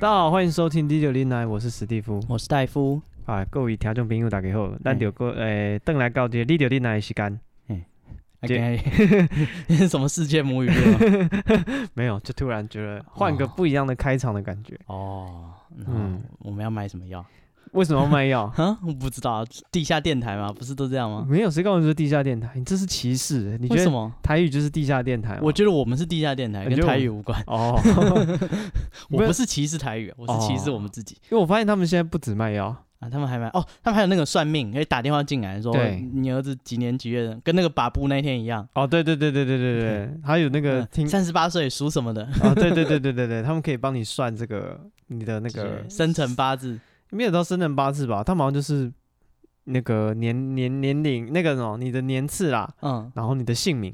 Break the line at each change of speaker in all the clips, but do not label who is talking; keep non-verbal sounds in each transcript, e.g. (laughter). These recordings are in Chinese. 大家好，欢迎收听 D 九零来，我是史蒂夫。
我是戴夫，
啊，各位听众朋友大家好，咱就过诶，邓、来到这 D 九零来的时间，
啊
这
今天这是 (laughs) 什么世界母语啊变吗
没有，就突然觉得换个
哦
不一样的开场的感觉。
(laughs) 哦，
嗯
嗯，我们要买什么药？？
为什么卖药 (laughs)
哈， (laughs) 我不知道，啊地下电台嘛，不是都这样吗？
没有，谁告诉你是地下电台？你这是歧视、你觉
为什
得
么？
台语就是地下电台吗？
我觉得我们是地下电台，
哎你觉得
跟
(laughs) 我
台语无关。
哦，
我不是歧视台语，我是歧视
哦
我们自己
因为我发现他们现在不止卖药，
啊。他们还买哦，他们还有那个算命，可以打电话进来说
对
你儿子几年几月的，跟那个把布那天一样。嗯
哦，对对对对对对对，还有那个听，
三十八岁属什么的，
哦，对对对对对对，他们可以帮你算这个你的那个
对生辰八字
没有到生辰八字吧？他们好像就是那个年年年龄那个什么，你的年次啦，
嗯。
然后你的姓名，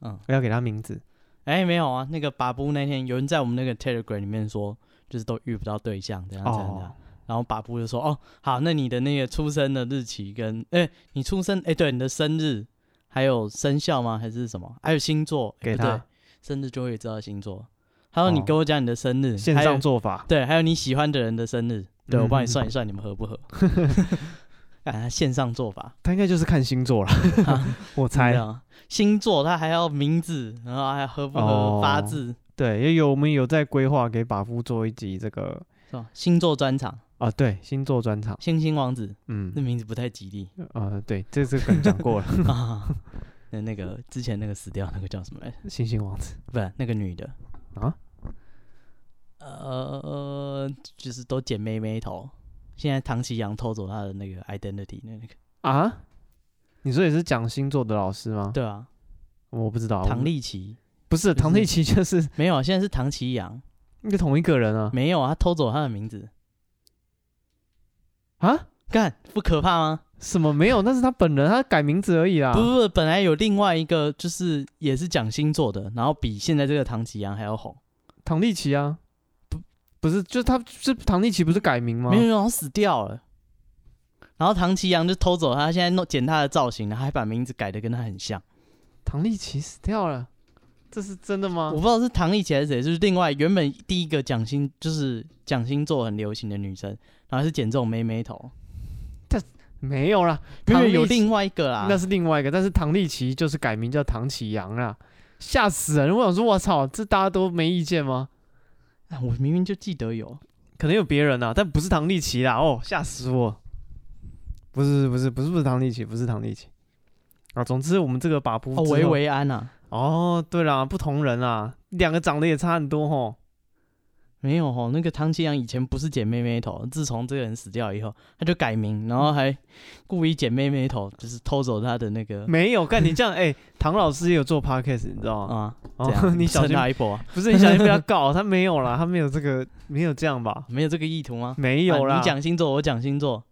嗯，
要给他名字。
哎，没有啊，那个把布那天有人在我们那个 Telegram 里面说，就是都遇不到对象，啊这样这样这样。
哦，
然后把布就说，哦，好，那你的那个出生的日期跟，哎，你出生，哎，对，你的生日，还有生肖吗？还是什么？还有星座？哎
给
不对
他
生日就会知道星座。还有你
哦
跟我讲你的生日，
线
还有
上做法，
对，还有你喜欢的人的生日，对我帮你算一
嗯
算，你们合
(laughs)
不合？啊，线上做法，
他应该就是看星
(laughs)
座了，
啊
(laughs) 我猜
你知。道吗星座，它还要名字，然后还合不
哦
合八字，
对，也有我们有在规划给把夫做一集这个
是吧？星座专场，
啊，对，星座专场。
星星王子，
嗯
这，名字不太吉利
呃，对，这次刚讲过了，
(laughs) 啊。那那个之前那个死掉那个叫什么来着？
星星王子
不是那个女的
啊？
呃，就是都剪妹妹头。现在唐奇阳偷走她的那个 identity，那那个
啊。你说也是讲星座的老师吗？
对啊，
我不知道，
唐
我
丽奇
不是
就是
唐立奇，就是
没有，啊，现在是唐奇阳，
那个同一个人啊
没有啊，他偷走她的名字，
啊？
干不可怕吗？
什么没有？那是他本人，他改名字而已啊啦。
不不不，本来有另外一个就是也是讲星座的，然后比现在这个唐奇阳还要红，
唐立奇啊，不不是，就他是唐立奇不是改名吗
没？有，然后死掉了。然后唐奇阳就偷走他，现在弄剪他的造型，然后还把名字改的跟他很像。
唐立奇死掉了，这是真的吗
我不？知道是唐丽琪还是谁，就是另外原本第一个讲星就是讲星座很流行的女生，然后是剪这种妹妹头，
没有啦，
因
唐立
为
奇
有另外一个啦
那。是另外一个，但是唐立奇就是改名叫唐启阳啦，吓死人！我想说，我操，这大家都没意见吗？
啊我明明就记得有，
可能有别人啊，但不是唐立奇啦，哦，吓死我！不是不是不是不是唐立奇，不是唐立奇啊。总之，我们这个把不
哦，维维安啊，
哦，对啦，不同人啦，两个长得也差很多吼。
没有哦，那个唐奇阳以前不是剪妹妹头，自从这个人死掉以后，他就改名，然后还故意剪妹妹头，就是偷走他的那个
没有，干你
(laughs)
这样，哎、唐老师也有做 podcast，你知道吗？
啊，这
哦，(laughs)
样
你小
蹭
心，
他一波啊，
不是你小心被他告，他没有啦，他没有这个，没有这样吧？
没有这个意图吗？
没有
啊
啦，
你讲星座，我讲星座，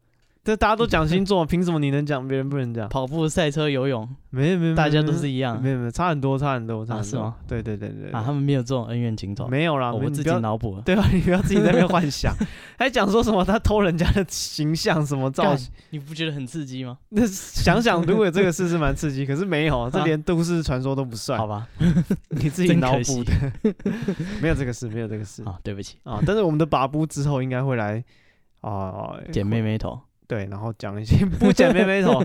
这大家都讲星座，凭什么你能讲，别人不能讲？
跑步、赛车、游泳，
没有没有，
大家
没
都
有
是一样
嗯
啊
没有没有，差很多，差很多，差很多。
是吗？
对对对对，
啊，
对
他们没有这种恩怨情仇，
没有啦，啊
哦
没
我
有你
自
不
己
要
脑补了。
(laughs) 对吧？你不要自己在那边幻
(laughs)
想，还讲说什么他偷人家的形象什么造
干
型，
你不觉得很刺激吗？
那想想如果有这个事是蛮刺激，可是没
(laughs)
有，这连都市传说都不算
啊好，吧，
你 (laughs) 自己
真
脑
可
补
惜
的， (laughs) 没有这个事，没有这个事。
(laughs) 啊，对不起，
啊，但是我们的拔布之后应该会来啊、
剪妹妹头，
对，然后讲一些 (laughs) 不剪妹妹头，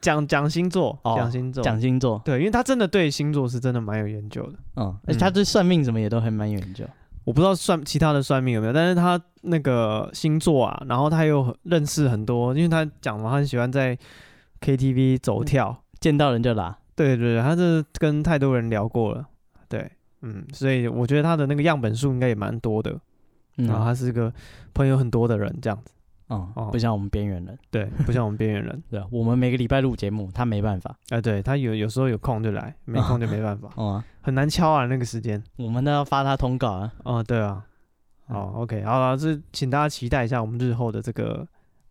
讲讲星座，
哦
讲星座，
讲星座，
对，因为他真的对星座是真的蛮有研究的。
嗯，而且他对算命什么也都还蛮有研究，
我不知道算其他的算命有没有，但是他那个星座啊，然后他又很认识很多，因为他讲嘛，他很喜欢在 KTV 走跳，
见到人就拉，
对对对，他这跟太多人聊过了，对，嗯，所以我觉得他的那个样本数应该也蛮多的，
嗯
然后他是个朋友很多的人这样子，
嗯
啊哦，
不像我们边缘人，
对，不像我们边缘人。 (laughs)
对，啊我们每个礼拜录节目，他没办法，
哎、对他有有时候有空就来，没空就没办法，
哦啊，
很难敲啊那个时间。
我们都要发他通告啊，
哦、对啊，
嗯
哦，OK，好了，这请大家期待一下我们日后的这个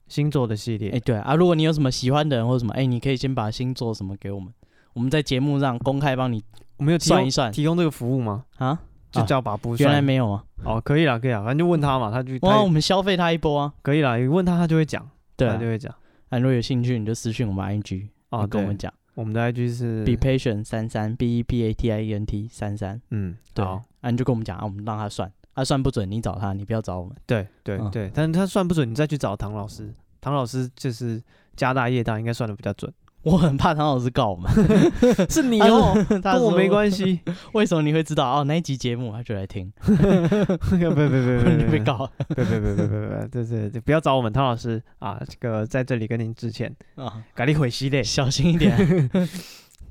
星座的系列。
哎，对啊，如果你有什么喜欢的人或者什么，哎，你可以先把星座什么给我们，我们在节目上公开帮你
我们有提供
算一算
提供这个服务吗？
啊，
就
啊
叫把不
原来
算、
没有啊，
哦，可以啦，可以啦，反正就问他嘛，他就
哇，我
他
们消费他一波啊，
可以啦，你问他他就会讲，
对
他
啊
就，会讲。
啊，如果有兴趣你就私讯我们 IG，
哦，
跟
对，
我们讲。
我们的 IG 是
Be patient 三三 B E P A T I E N T 三三，
嗯，
对，
好
啊，你就跟我们讲啊，我们让他算，啊，算不准你找他，你不要找我们。 (laughs)
对对
嗯
对，但是他算不准，你再去找唐老师，唐老师就是家大业大，应该算的比较准。
我很怕唐老师告我们，
(laughs) 是你
他
哦，
说
跟我没
系。
关 (laughs) 系。
为什么你会知道？哦，那一集节目他就
(laughs)
来听，
别别别别别
(laughs) 你
别
被告
(laughs)
了
别别别别别，对对对，不要找我们汤老师啊！这个在这里跟您致歉，
啊，
咖喱毁西嘞。
小心
(laughs)
一点。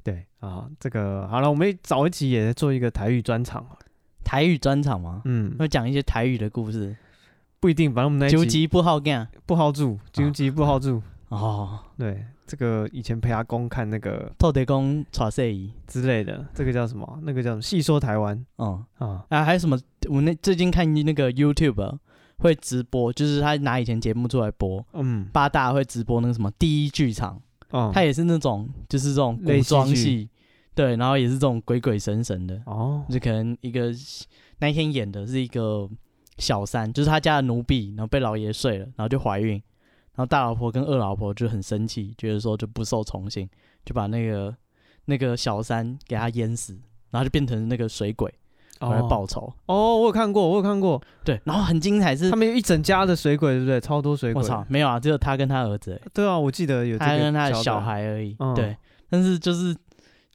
对啊，这个好了，我们早一集也做一个台语专场好了。
台语专场吗？
嗯，
会讲一些台语的故事，
不一定，反正我们那
究
一集啊
极不好干
不好住，究极不好住。
哦。
对，这个以前陪阿公看那个
透得公耍摄影，
之类的，这个叫什么？那个叫什么？细说台湾
嗯
啊。
啊，还有什么？我那最近看那个 YouTube 啊会直播，就是他拿以前节目出来播，
嗯，
八大会直播那个什么第一剧场，
哦
他也是那种就是这种古
类戏
装
剧
戏，对，然后也是这种鬼鬼神神的，
哦，
就可能一个那一天演的是一个小三，就是他家的奴婢，然后被老爷睡了，然后就怀孕，然后大老婆跟二老婆就很生气，觉得说就不受宠幸，就把那个那个小三给他淹死，然后就变成那个水鬼，然后来报仇。
哦，我有看过，我有看过，
对，然后很精彩是
他，们有一整家的水鬼，对不对？超多水
我
鬼。
操，没有啊，只有他跟他儿子而已，
对啊，我记得有这
他
个
跟他的小
小的
孩而已。
嗯
对，但是就是。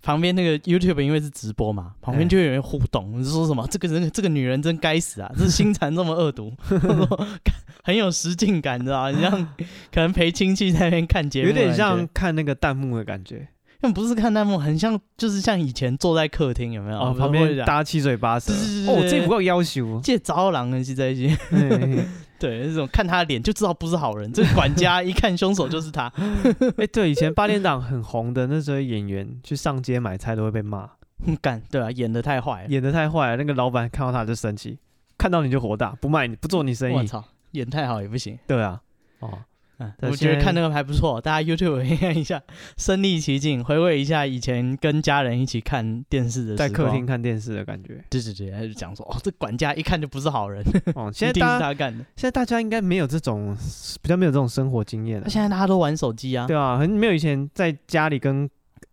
旁边那个 YouTube 因为是直播嘛，旁边
哎
就有人互动，就说什么这个人这个女人真该
(laughs)
死啊，这心肠这么恶毒， (laughs) 我说很有实境感，你知道吗？你像可能陪亲戚在那边看节目，
有点像，看那个弹幕的感觉，
但不是看弹幕，很像就是像以前坐在客厅有没有？
哦，
不是
旁
会
边
讲
大家七嘴八舌，
是是是
哦，这不要要求，
借招狼人是在一起，
嘿嘿 (laughs) 嘿
(laughs) 对，那种看他的脸就知道不是好人，这个管家一看凶手就是他，
哎，对，以前八点档很红的那时候演员去上街买菜都会被骂，
嗯 (laughs) 干对啊，演的太坏了，
演的太坏了，那个老板看到他就生气，看到你就火大，不卖你不做你生
我
意，
操，演太好也不行。
对啊，哦，
嗯，
对
我
现
觉得
在
看那个还不错，大家 YouTube 可以看一下，身临其境，回味一下以前跟家人一起看电视的
在
时
客
光
厅。看电视的感觉，
对对对，他就讲说，哦，这管家一看就不是好人，
哦，
(laughs) 一
现在
定是
大家
他干的。
现在大家应该没有这种比较没有这种生活经验了
那，现在大家都玩手机啊，
对啊，很没有以前在家里跟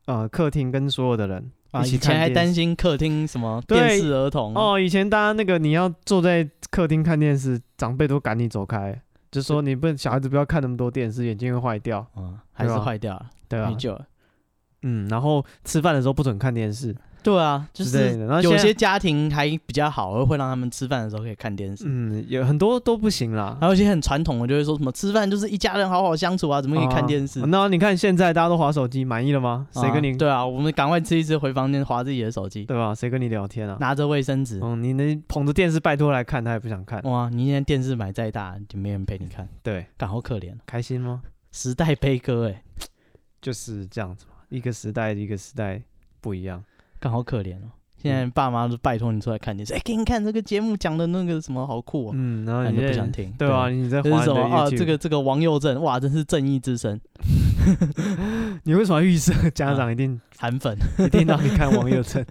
呃客厅跟所有的人
啊，
一起
以前
看电
还
视
担心客厅什么
对
电视儿童，
哦，以前大家那个你要坐在客厅看电视，长辈都赶你走开，就说你不能小孩子不要看那么多电视，眼睛会坏掉，
嗯，还是
对啊
坏掉了，
对吧、
没救了。
嗯，然后吃饭的时候不准看电视，
对啊，就
之类
是
的然后
有
现在
些家庭还比较好，会让他们吃饭的时候可以看电视。
嗯，有很多都不行啦
还。有一些很传统的，就会说什么吃饭就是一家人好好相处啊，怎么可以看
啊
电视？
那你看现在大家都划手机，满意了吗？谁跟你、
啊对啊，我们赶快吃一吃，回房间划自己的手机，
对吧？谁跟你聊天啊？
拿着卫生纸。
嗯，你能捧着电视拜托来看，他也不想看。
哇，你现在电视买再大，就没人陪你看，
对，
感好可怜。哦
开心吗？
时代悲歌哎，
就是这样子嘛，一个时代一个时代不一样。
感好可怜哦。现
嗯
在爸妈都拜托你出来看电视，哎、给你看这个节目讲的那个什么好酷哦，
嗯，然后
那
你
你就
在
不想听，
对吧？？你在
这
划
是什
你
么
的
啊？
YouTube
这个这个王佑正，哇，真是正义之神，
你为什么要预设家
啊
长一定
韩粉。 (laughs)
一定让你看王佑正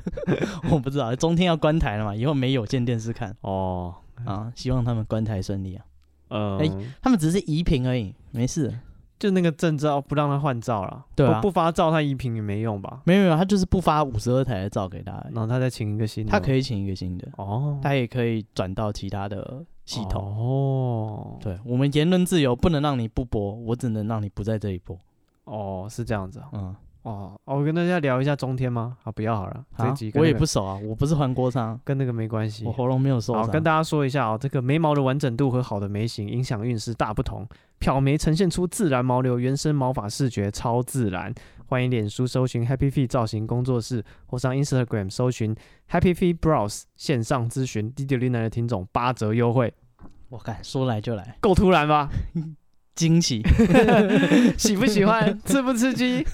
我不知道，中天要关台了嘛，以后没有线电视看
(laughs) 哦，
啊，希望他们关台顺利啊。
嗯，
他们只是移屏而已，没事，
就那个证照不让他换照了，
对啊
不不发照他一屏也没用吧？
没有没有，他就是不发五十二台的照给他而已，
然后他再请一个新的，
他可
以
以请一个新的，
哦，
他也可以转到其他的系统。
哦，
对我们言论自由不能让你不播，我只能让你不在这里播。
哦是这样子啊
嗯，
哦哦，我跟大家聊一下中天吗？啊，不要好了，这
啊
集，跟
我
那
也
个
不熟啊，我不是黄国昌，
跟那个没关系
我。喉咙没有受
好，
伤。
跟大家说一下哦，这个眉毛的完整度和好的眉形影响运势大不同。漂眉呈现出自然毛流，原生毛发视觉超自然。欢迎脸书搜寻 Happy Feet 造型工作室，或上 Instagram 搜寻 Happy Feet Brows 线上咨询，滴滴零来的听众八折优惠，
我敢说来就来，
够突然吧？ (laughs)
惊喜，
喜不喜欢？刺不刺激？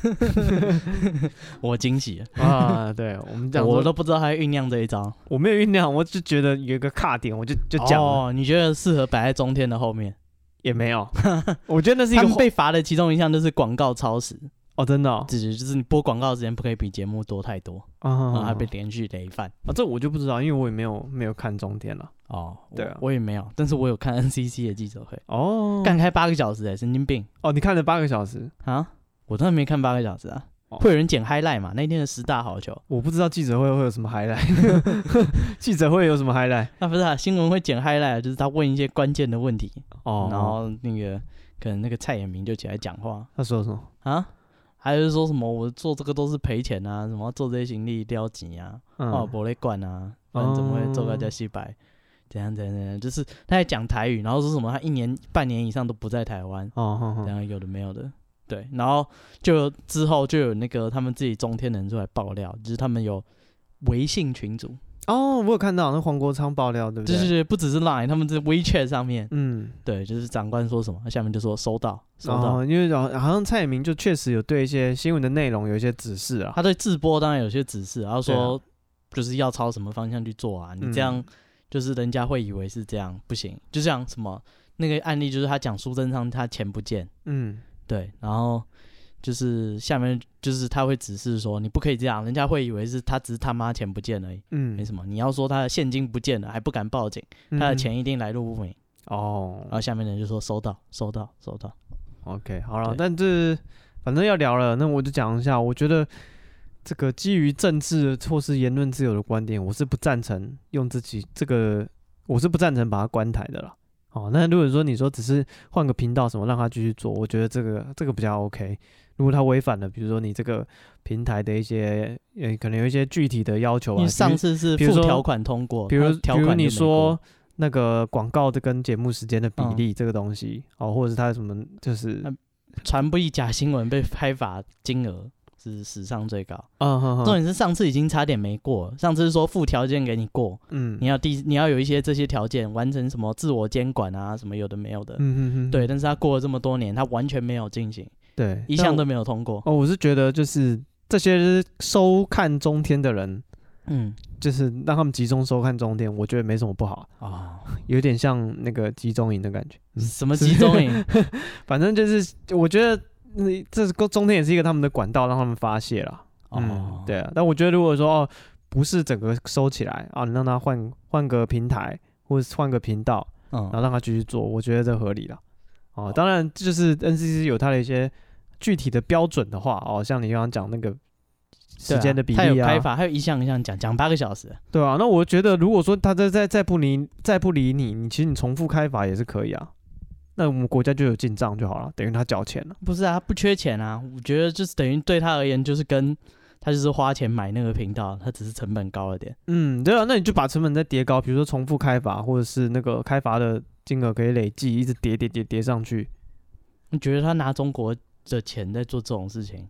我惊喜了，
啊，对我们讲说，
我
我
都不知道他会酝酿这一招。
我没有酝酿，我就觉得有一个卡点，我就就讲了、
哦，你觉得适合摆在中天的后面？
也没有， (laughs) 我觉得那是一
他
个
们被罚的其中一项就是广告超时，
哦，真的哦
只是就是你播广告的时间不可以比节目多太多，然后
啊
还被连续累犯。
啊，这我就不知道，因为我也没有没有看中天了。
哦，我
对啊
我也没有，但是我有看 (laughs) NCC 的记者会，
哦，
干开八个小时哎、神经病
哦，你看了八个小时
啊！我当然没看八个小时啊，
哦
会有人剪 highlight 嘛？那一天的十大好球，
我不知道记者会会有什么
(laughs)
highlight，记者会有什么 highlight？
那不是啊，新闻会剪 highlight，就是他问一些关键的问题，
哦，
然后那个可能那个蔡衍明就起来讲话
他说什么？
啊，还是说什么我做这个都是赔钱啊，什么做这些行李一定要紧啊，
嗯，哦
哦，不会管啊，不然怎么会做到加西白？怎样怎样怎样？就是他在讲台语，然后说什么他一年半年以上都不在台湾，
哦，哼哼
然后有的没有的，对，然后就之后就有那个他们自己中天人出来爆料，就是他们有微信群组，
哦，我有看到那黄国昌爆料，对不
就
对？
是不只是 Line，他们在 WeChat 上面，
嗯，
对，就是长官说什么，下面就说收到收
然
到。
后因为好好像蔡衍明就确实有对一些新闻的内容有一些指示啊，
他对直播当然有些指示，然后
对啊
说就是要朝什么方向去做啊，你这
嗯
样就是人家会以为是这样，不行。就像什么那个案例，就是他讲苏贞昌他钱不见，
嗯，
对，然后就是下面就是他会指示说你不可以这样，人家会以为是他只是他妈钱不见而已，
嗯
没什么。你要说他的现金不见了还不敢报警，
嗯
他的钱一定来路不明。
哦
然后下面的人就说收到，收到，收到。
，OK，好了
对，
但这反正要聊了，那我就讲一下，我觉得这个基于政治或是言论自由的观点，我是不赞成用自己这个，我是不赞成把它关台的啦。哦，那如果说你说只是换个频道什么让他继续做，我觉得这个这个比较 OK。如果他违反了，比如说你这个平台的一些，呃，可能有一些具体的要求
因
啊，
为
比
上
如
次是
比如
附
说
条款通过，
比如
它条
比如
款
你
就没过
说那个广告的跟节目时间的比例这个东西，哦，或者是它什么就是，
嗯传播一假新闻被拍罚金额是史上最高。
嗯哼
重
哼
点是上次已经差点没过了，上次是说附条件给你过，
嗯
你要第你要有一些这些条件，完成什么自我监管啊，什么有的没有的。
嗯哼哼，
对，但是他过了这么多年，他完全没有进行，
对，
一
那
项
我
都没有通过。
哦，我是觉得就是这些收看中天的人，
嗯，
就是让他们集中收看中天，我觉得没什么不好，
哦，
有点像那个集中营的感觉。嗯
什么集中营？
反正就是我觉得嗯这是中天也是一个他们的管道，让他们发泄啦。 (laughs) 嗯
哦，，
对啊，但我觉得如果说哦，不是整个收起来啊，你让他换换个平台，或者是换个频道，然后
嗯，
让他继续做，我觉得这合理了。哦
哦，
当然就是 NCC 有它的一些具体的标准的话，哦，像你刚刚讲那个时间的比
对啊他
例
有拍
啊，
法，还有一项一项讲，讲八个小时。
对啊，那我觉得如果说他再再再不理再不理你，你其实你重复开法也是可以啊。那我们国家就有进账就好了，等于他缴钱了。
不是啊，他不缺钱啊，我觉得就是等于对他而言，就是跟他就是花钱买那个频道，他只是成本高了点。
嗯，对啊，那你就把成本再叠高，比如说重复开发，或者是那个开发的金额可以累计一直叠叠叠叠上去。
你觉得他拿中国的钱在做这种事情，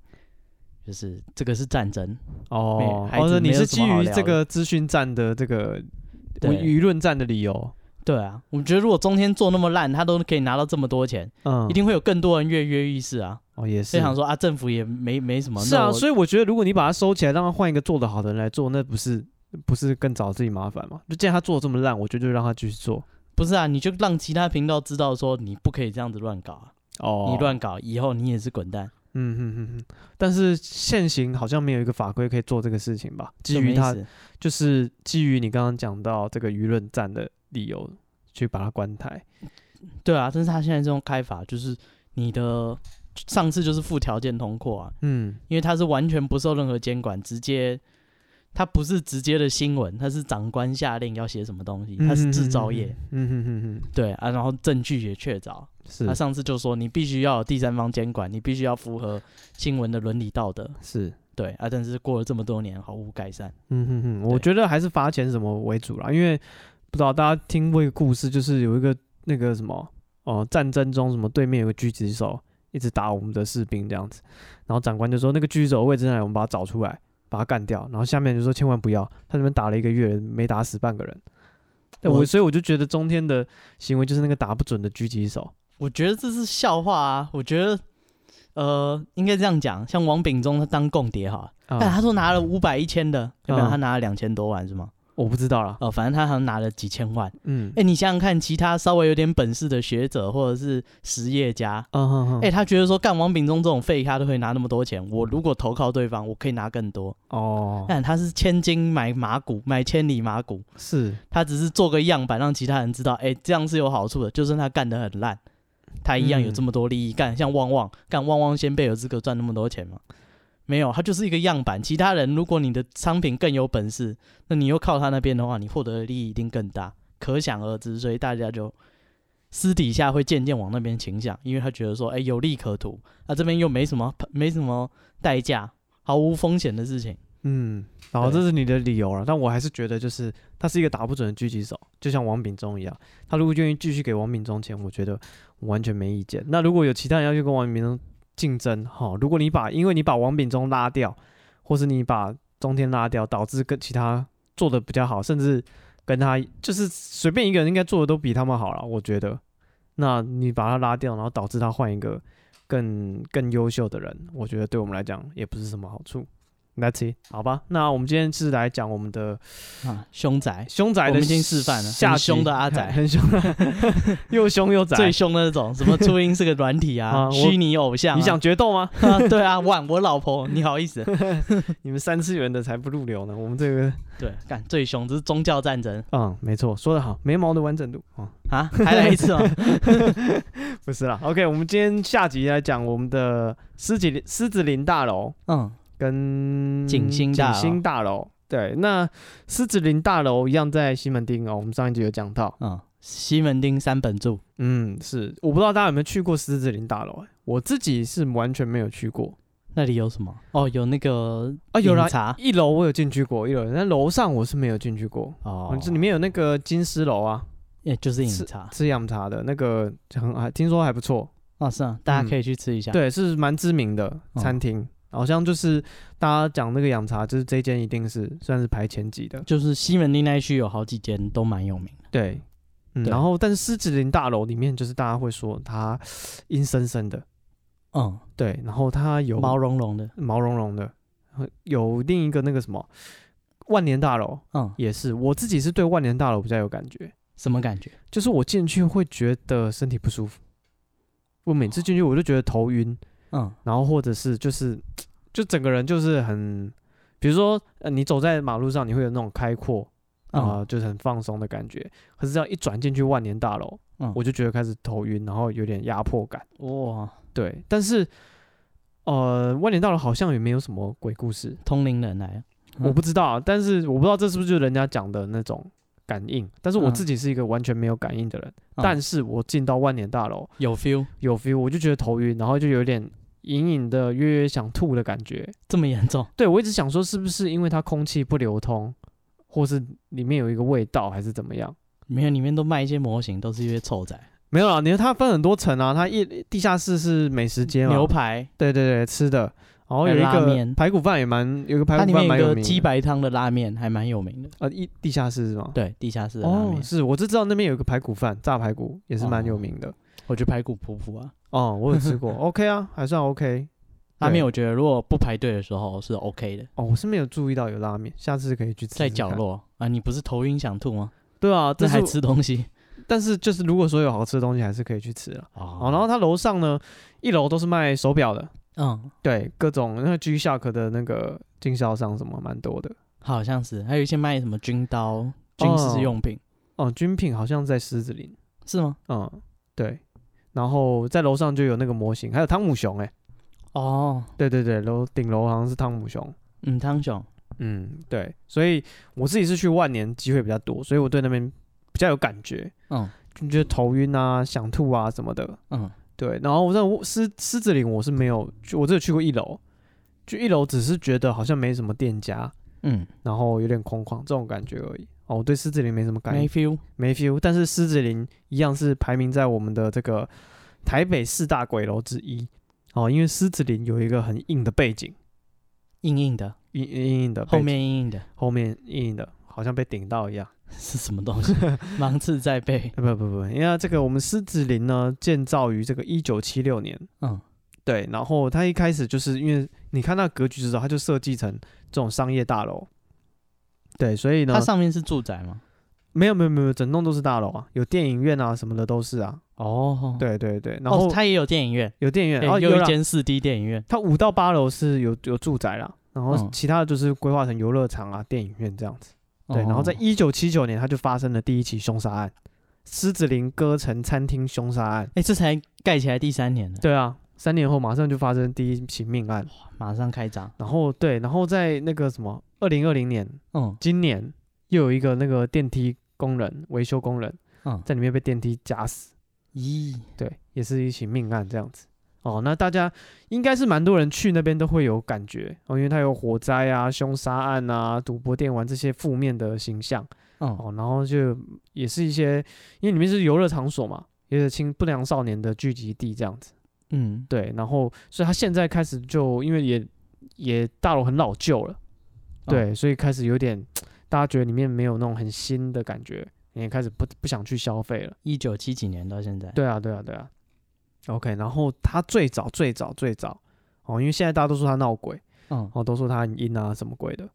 就是这个是战争，
哦，
孩
或
子
者你
没有
是
什
基
么好
于
聊
这
的
个资讯站的这个
对
舆论战的理由，
对啊。我觉得如果中天做那么烂，他都可以拿到这么多钱，
嗯，
一定会有更多人跃跃欲试啊。
哦也是
所以，想说啊，政府也没没什么，
是啊，
以
所以我觉得如果你把它收起来，让他换一个做得好的人来做，那不是不是更找自己麻烦吗？就既然他做得这么烂，我觉得就让他继续做。
不是啊，你就让其他频道知道说你不可以这样子乱搞啊，
哦
你，乱搞以后你也是滚蛋。
嗯哼哼哼，但是现行好像没有一个法规可以做这个事情吧？基于
什
他
么意思
就是基于你刚刚讲到这个舆论战的理由去把它关台。
对啊，但是他现在这种开法就是你的上次就是附条件通过啊，
嗯，
因为他是完全不受任何监管，直接他不是直接的新闻，他是长官下令要写什么东西，他是制造业，
嗯哼哼哼。嗯哼哼哼，
对啊，然后证据也确凿。
是
他上次就说你必须要有第三方监管，你必须要符合新闻的伦理道德，
是，
对啊，但是过了这么多年毫无改善，
嗯哼哼，我觉
对
得还是罚钱什么为主啦，因为不知道大家听过一个故事，就是有一个那个什么哦、呃战争中什么对面有个狙击手一直打我们的士兵这样子，然后长官就说那个狙击手的位置在哪里，我们把他找出来，把他干掉，然后下面就说千万不要，他那边打了一个月没打死半个人，对我
我
所以我就觉得中天的行为就是那个打不准的狙击手，
我觉得这是笑话啊，我觉得。呃，应该这样讲，像王炳忠他当共谍好了，
啊、
哎但他说拿了五百一千的，要不然
嗯
他拿了两千多万是吗？
我不知道啦，
哦，反正他好像拿了几千万。
嗯，
哎、你想想看，其他稍微有点本事的学者或者是实业家，
嗯哼哼，
哎、他觉得说干王炳忠这种废咖都可以拿那么多钱，我如果投靠对方，我可以拿更多。
哦，
但他是千金买马骨，买千里马骨，
是，
他只是做个样板让其他人知道，哎、这样是有好处的，就算他干得很烂。他一样有
嗯
这么多利益，干像旺旺，干旺旺先辈有资格赚那么多钱吗？没有，它就是一个样板。其他人，如果你的商品更有本事，那你又靠他那边的话，你获得的利益一定更大，可想而知。所以大家就私底下会渐渐往那边倾向，因为他觉得说，哎，有利可图，那、这边又没什么没什么代价，毫无风险的事情。
嗯，然后
对
这是你的理由啊了，但我还是觉得就是他是一个打不准的狙击手，就像王炳忠一样。他如果愿意继续给王炳忠钱，我觉得我完全没意见。那如果有其他人要去跟王炳忠竞争，哈，如果你把因为你把王炳忠拉掉，或是你把中天拉掉，导致跟其他做的比较好，甚至跟他就是随便一个人应该做的都比他们好了，我觉得。那你把他拉掉，然后导致他换一个更更优秀的人，我觉得对我们来讲也不是什么好处。That's it，好吧。那我们今天是来讲我们的
啊，凶宅，
凶宅
我
的
们已经示范了，
下
很
集
凶的阿仔，
(laughs) 很凶，又凶又宅。
最凶的那种，什么初音是个软
(laughs)
体
啊
啊，
我
虚拟偶像啊、
你想决斗吗？ (laughs)
啊？ (laughs) 对啊，万我老婆，你好意思？
你们三次元的才不入流呢。我们这个，
对，干最凶，这是宗教战争
嗯，没错，说得好，眉毛的完整度啊、 (laughs)
啊，还来一次吗？
不是啦。OK，我们今天下集来讲我们的狮子林狮子林大楼
嗯，
跟
景星大
景
楼
星大楼。对，那狮子林大楼一样在西门町哦，我们上一集有讲到。
嗯，西门町三本柱，
嗯，是，我不知道大家有没有去过狮子林大楼、欸我自己是完全没有去过。
那里有什么？哦，有那个
啊有啦
饮茶
一楼我有进去过，一楼，但楼上我是没有进去过。
哦啊
哦，，这里面有那个金丝楼啊，
也就是饮茶
吃养茶的那个很还听说还不错，
哦，是啊，大家可以去吃一
嗯
下。，
对，是蛮知名的
哦
餐厅。好像就是大家讲那个养茶，就是这间一定是算是排前几的。
就是西门町那一区有好几间都蛮有名的。
对，嗯，
对
然后但是狮子林大楼里面，就是大家会说它阴森森的，
嗯，
对，然后它有
毛茸茸的，
毛茸茸的，呃有另一个那个什么万年大楼
嗯，
也是，我自己是对万年大楼比较有感觉。
什么感觉？
就是我进去会觉得身体不舒服，我每次进去我就觉得头晕，
嗯，
然后或者是就是就整个人就是很，比如说呃你走在马路上你会有那种开阔啊、
嗯，
就是很放松的感觉，可是只要一转进去万年大楼，
嗯
我就觉得开始头晕，然后有点压迫感。
哇，
对，但是呃万年大楼好像也没有什么鬼故事，
通灵人来了。嗯
我不知道啊，但是我不知道这是不是就是人家讲的那种感应，但是我
嗯
自己是一个完全没有感应的人，
嗯
但是我进到万年大楼。
有 feel
有 feel，我就觉得头晕，然后就有点隐隐的约约想吐的感觉。
这么严重？
对我一直想说，是不是因为它空气不流通，或是里面有一个味道，还是怎么样？
没有，里面都卖一些模型，都是一些臭仔，
没有啦，你看它分很多层啊，它一地下室是美食街嘛，
牛，排，
对对对，吃的，然后有一
还有拉
个
面
排骨饭也蛮，有一个排
它
骨
里
饭
面
蛮
有
有
个
名
鸡
的，
白汤的拉面，还蛮有名的。
呃，一地下室是吗？
对，地下室的拉
哦，
面，
是我就知道那边有一个排骨饭，炸排骨也是蛮
哦
有名的。
我觉得排骨普普啊，
哦，我有吃
(laughs)
过，OK 啊，还算 OK。
拉
对
面我觉得如果不排队的时候是 OK 的，
哦，我是没有注意到有拉面，下次可以去吃吃
在角
看。
落啊，你不是头晕想吐吗？
对啊，
这
这
还
是
吃东西
但是就是如果说有好吃的东西，还是可以去吃了。
哦
好，然后它楼上呢，一楼都是卖手表的，
嗯，
对，各种那个 G Shock 的那个经销商什么蛮多的。
好像是，还有一些卖什么军刀、军事用品，
哦、军品好像在狮子林，
是吗？
嗯，对。然后在楼上就有那个模型，还有汤姆熊、欸，哎，
哦，
对对对，楼顶楼好像是汤姆熊，
嗯，汤熊，
嗯，对。所以我自己是去万年机会比较多，所以我对那边比较有感觉，
嗯
就觉得头晕啊、想吐啊什么的。
嗯，
对，然后我在我狮狮子林我是没有去，我只有去过一楼，就一楼只是觉得好像没什么店家，
嗯，
然后有点空旷这种感觉而已。哦，我对狮子林没什么感
没
觉，
feel，
没 feel。但是狮子林一样是排名在我们的这个台北四大鬼楼之一。哦，因为狮子林有一个很硬的背景，
硬硬的，
硬硬硬的背
后
景
面硬硬的，
后面硬硬的，好像被顶到一样。
是什么东
(laughs)
西？芒刺在背，
呃不不不，因为这个我们狮子林呢，建造于这个一九七六年。
嗯，
对，然后它一开始就是因为你看那格局之后，它就设计成这种商业大楼。对，所以呢
它，上面是住宅吗？
没有没有没有，整栋都是大楼啊，有电影院啊什么的都是啊。
哦，，
对对对，然
哦
后，
它也有电影院，
有电影院，然后
哎又
有
一
啦，
间四 D 电影院，
它五到八楼是有有住宅啦，然后
嗯
其他的就是规划成游乐场啊、电影院这样子。对，然后在
哦
一九七九年，它就发生了第一起凶杀案——狮子林歌城餐厅凶杀案。
哎，这才盖起来第三年呢。
对啊，三年后马上就发生第一起命案，
马上开闸。
然后对，然后在那个什么，二零二零年，
嗯
今年又有一个那个电梯工人维修工人
嗯，
在里面被电梯夹死，
咦，
对，也是一起命案这样子。哦，那大家应该是蛮多人去那边都会有感觉哦，因为它有火灾啊、凶杀案啊、赌博、电玩这些负面的形象。
嗯，
哦，然后就也是一些，因为里面是游乐场所嘛，也是青不良少年的聚集地这样子。
嗯，
对，然后所以他现在开始就因为也也大楼很老旧了，对，所以开始有点大家觉得里面没有那种很新的感觉，也开始不不想去消费了。
一九七几年到现在，，
对啊，对啊，对啊。OK，然后他最早最早最早哦，因为现在大家都说他闹鬼，
嗯，
哦，都说他很阴啊什么鬼的，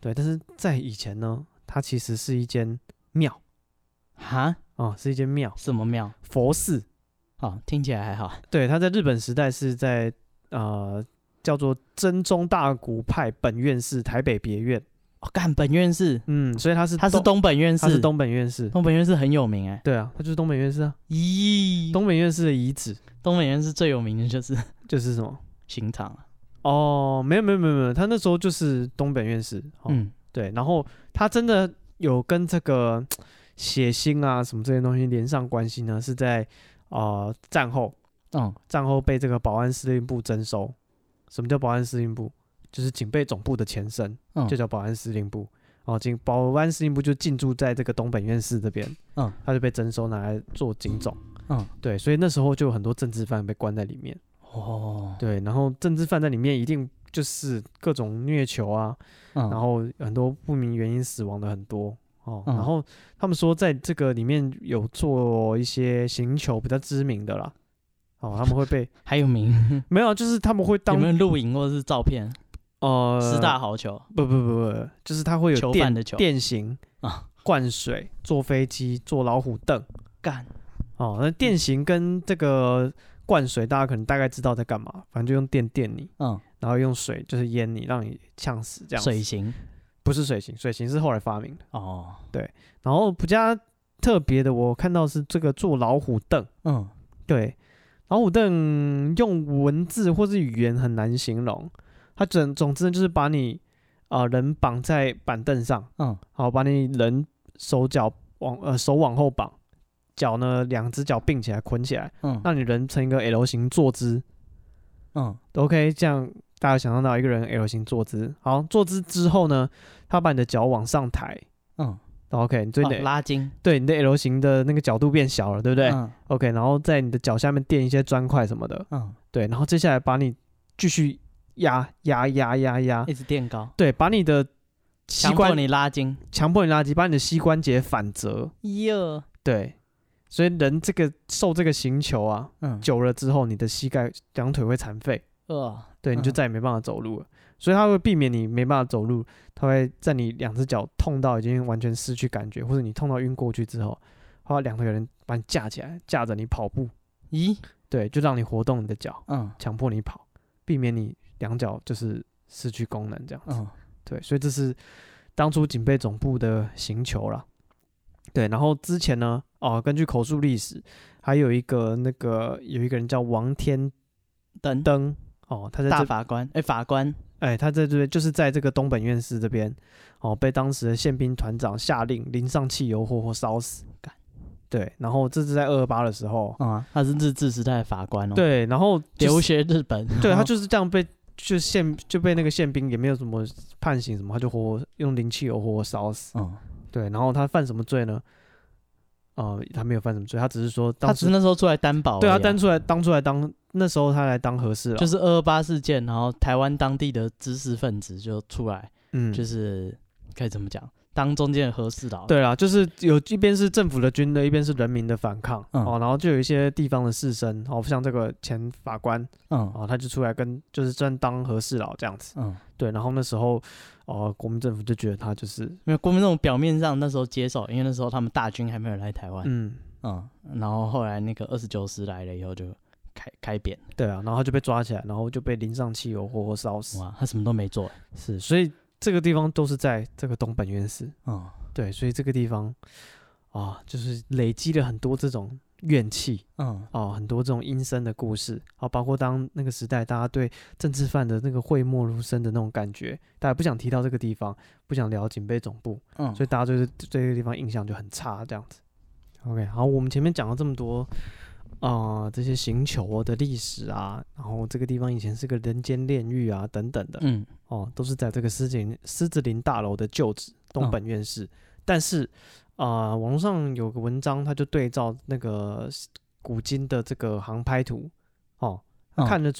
对，但是在以前呢，它其实是一间庙
哈，
啊、哦是一间庙。
什么庙？
佛寺，
哦，听起来还好，
对，它在日本时代是在呃叫做真宗大古派本院寺台北别院，
哦，干本院士，
嗯，所以它是
他是东本院
它
士，
是东本院寺，
东本院士很有名哎，
对啊，它就是东本院寺啊，
咦，东
东本院寺的遗址
东本院士最有名的就是 (laughs)
就是什么？
刑场啊，
哦，没有没有没有没有，他那时候就是东本院寺，哦、
嗯，
对，然后他真的有跟这个血腥啊什么这些东西连上关系呢，是在呃战后，
嗯，
战后被这个保安司令部征收。什么叫保安司令部？就是警备总部的前身，
嗯
就叫保安司令部。哦，警保安司令部就进驻在这个东本院士这边，
嗯，
他就被征收拿来做警总，
嗯，
对，所以那时候就有很多政治犯被关在里面，
哦，
对，然后政治犯在里面一定就是各种虐囚啊，
嗯，
然后很多不明原因死亡的很多哦，
嗯
然后他们说在这个里面有做一些刑求比较知名的啦，哦，他们会被
还有名，
没有，啊就是他们会
有
当
没有录影或者是照片？
呃
十大好球，
不不不不，就是他会有
囚
电
犯的囚
电刑
啊
灌水、坐飞机、坐老虎凳
干，
哦。那电刑跟这个灌水，大家可能大概知道在干嘛，反正就用电电你，
嗯，
然后用水就是淹你，让你呛死这样子。
水刑，
不是水刑，水刑是后来发明的。
哦，
然后比较特别的，我看到是这个坐老虎凳，
嗯，
对，老虎凳用文字或是语言很难形容，它总总之就是把你啊、呃人绑在板凳上，
嗯，
好，把你人手脚往呃手往后绑，脚呢两只脚并起来捆起来，
嗯，
让你人成一个 L 型坐姿。哦
嗯，
OK，这样大家想象到一个人 L 型坐姿。好，坐姿之后呢，他把你的脚往上抬。
嗯，
OK，你对你
哦
的、
拉筋，
对你的 L 型的那个角度变小了，对不对、
嗯
o k 然后在你的脚下面垫一些砖块什么的，
嗯，
对，然后接下来把你继续压压压压压
一，直垫高，
对，把你的膝
强迫
关
你拉筋，
强迫你拉筋，把你的膝关节反折，
哟，
对，所以人这个受这个刑求啊，
嗯，
久了之后，你的膝盖、两腿会残废，
呃，
对，你就
嗯
再也没办法走路了。所以它会避免你没办法走路，它会在你两只脚痛到已经完全失去感觉，或者你痛到晕过去之后，它两腿有人把你架起来，架着你跑步，
咦，
对，就让你活动你的脚，
嗯
强迫你跑，避免你两脚就是失去功能这样子。
嗯
对，所以这是当初警备总部的行求啦。对，然后之前呢，哦，根据口述历史，还有一个那个有一个人叫王天
等等，
登，哦，他在
大
这，
法官，哎，法官，
哎，他在这边就是在这个东本院士这边，哦，被当时的宪兵团长下令淋上汽油或或烧死
干。
对，然后这是在二二八的时候，
嗯啊，他是日治时代的法官哦，，
对，然后就是
留学日本，
对
然
他
后
就是这样被就宪就被那个宪兵也没有什么判刑什么，他就活活用淋汽油活活烧死。
嗯，
对，然后他犯什么罪呢？呃，他没有犯什么罪，他只是说
他
当
只
时哦
是那时候出来担保而已啊，
对他当初来当初来当那时候他来当和事佬，
就是是二二八事件，然后台湾当地的知识分子就出来，
嗯，
就是该怎么讲，当中间的和事佬，，
对啦，就是有一边是政府的军队，一边是人民的反抗、
嗯
哦，然后就有一些地方的士绅哦，像这个前法官
嗯
哦，他就出来跟就是专当和事佬这样子，
嗯，
对，然后那时候哦，国民政府就觉得他就是
没有国民政府表面上那时候接受，因为那时候他们大军还没有来台湾，
嗯，
嗯，然后后来那个二十九师来了以后就开开扁，
对啊，然后他就被抓起来，然后就被淋上汽油活活烧死，
哇，他什么都没做，欸
是，所以这个地方都是在这个东本院市。
嗯
对，所以这个地方啊，就是累积了很多这种怨气
嗯，
哦，很多这种阴森的故事，好、包括当那个时代大家对政治犯的那个讳莫如深的那种感觉，大家不想提到这个地方，不想聊警备总部，
嗯，
所以大家对这对这个地方印象就很差，这样子。OK，好，我们前面讲了这么多，啊，这些刑求的历史啊，然后这个地方以前是个人间炼狱啊，等等的，
嗯，
哦，都是在这个狮子林狮子林大楼的旧址东
嗯
本院士。但是啊、呃网络上有个文章，他就对照那个古今的这个航拍图，哦，他
嗯
看了、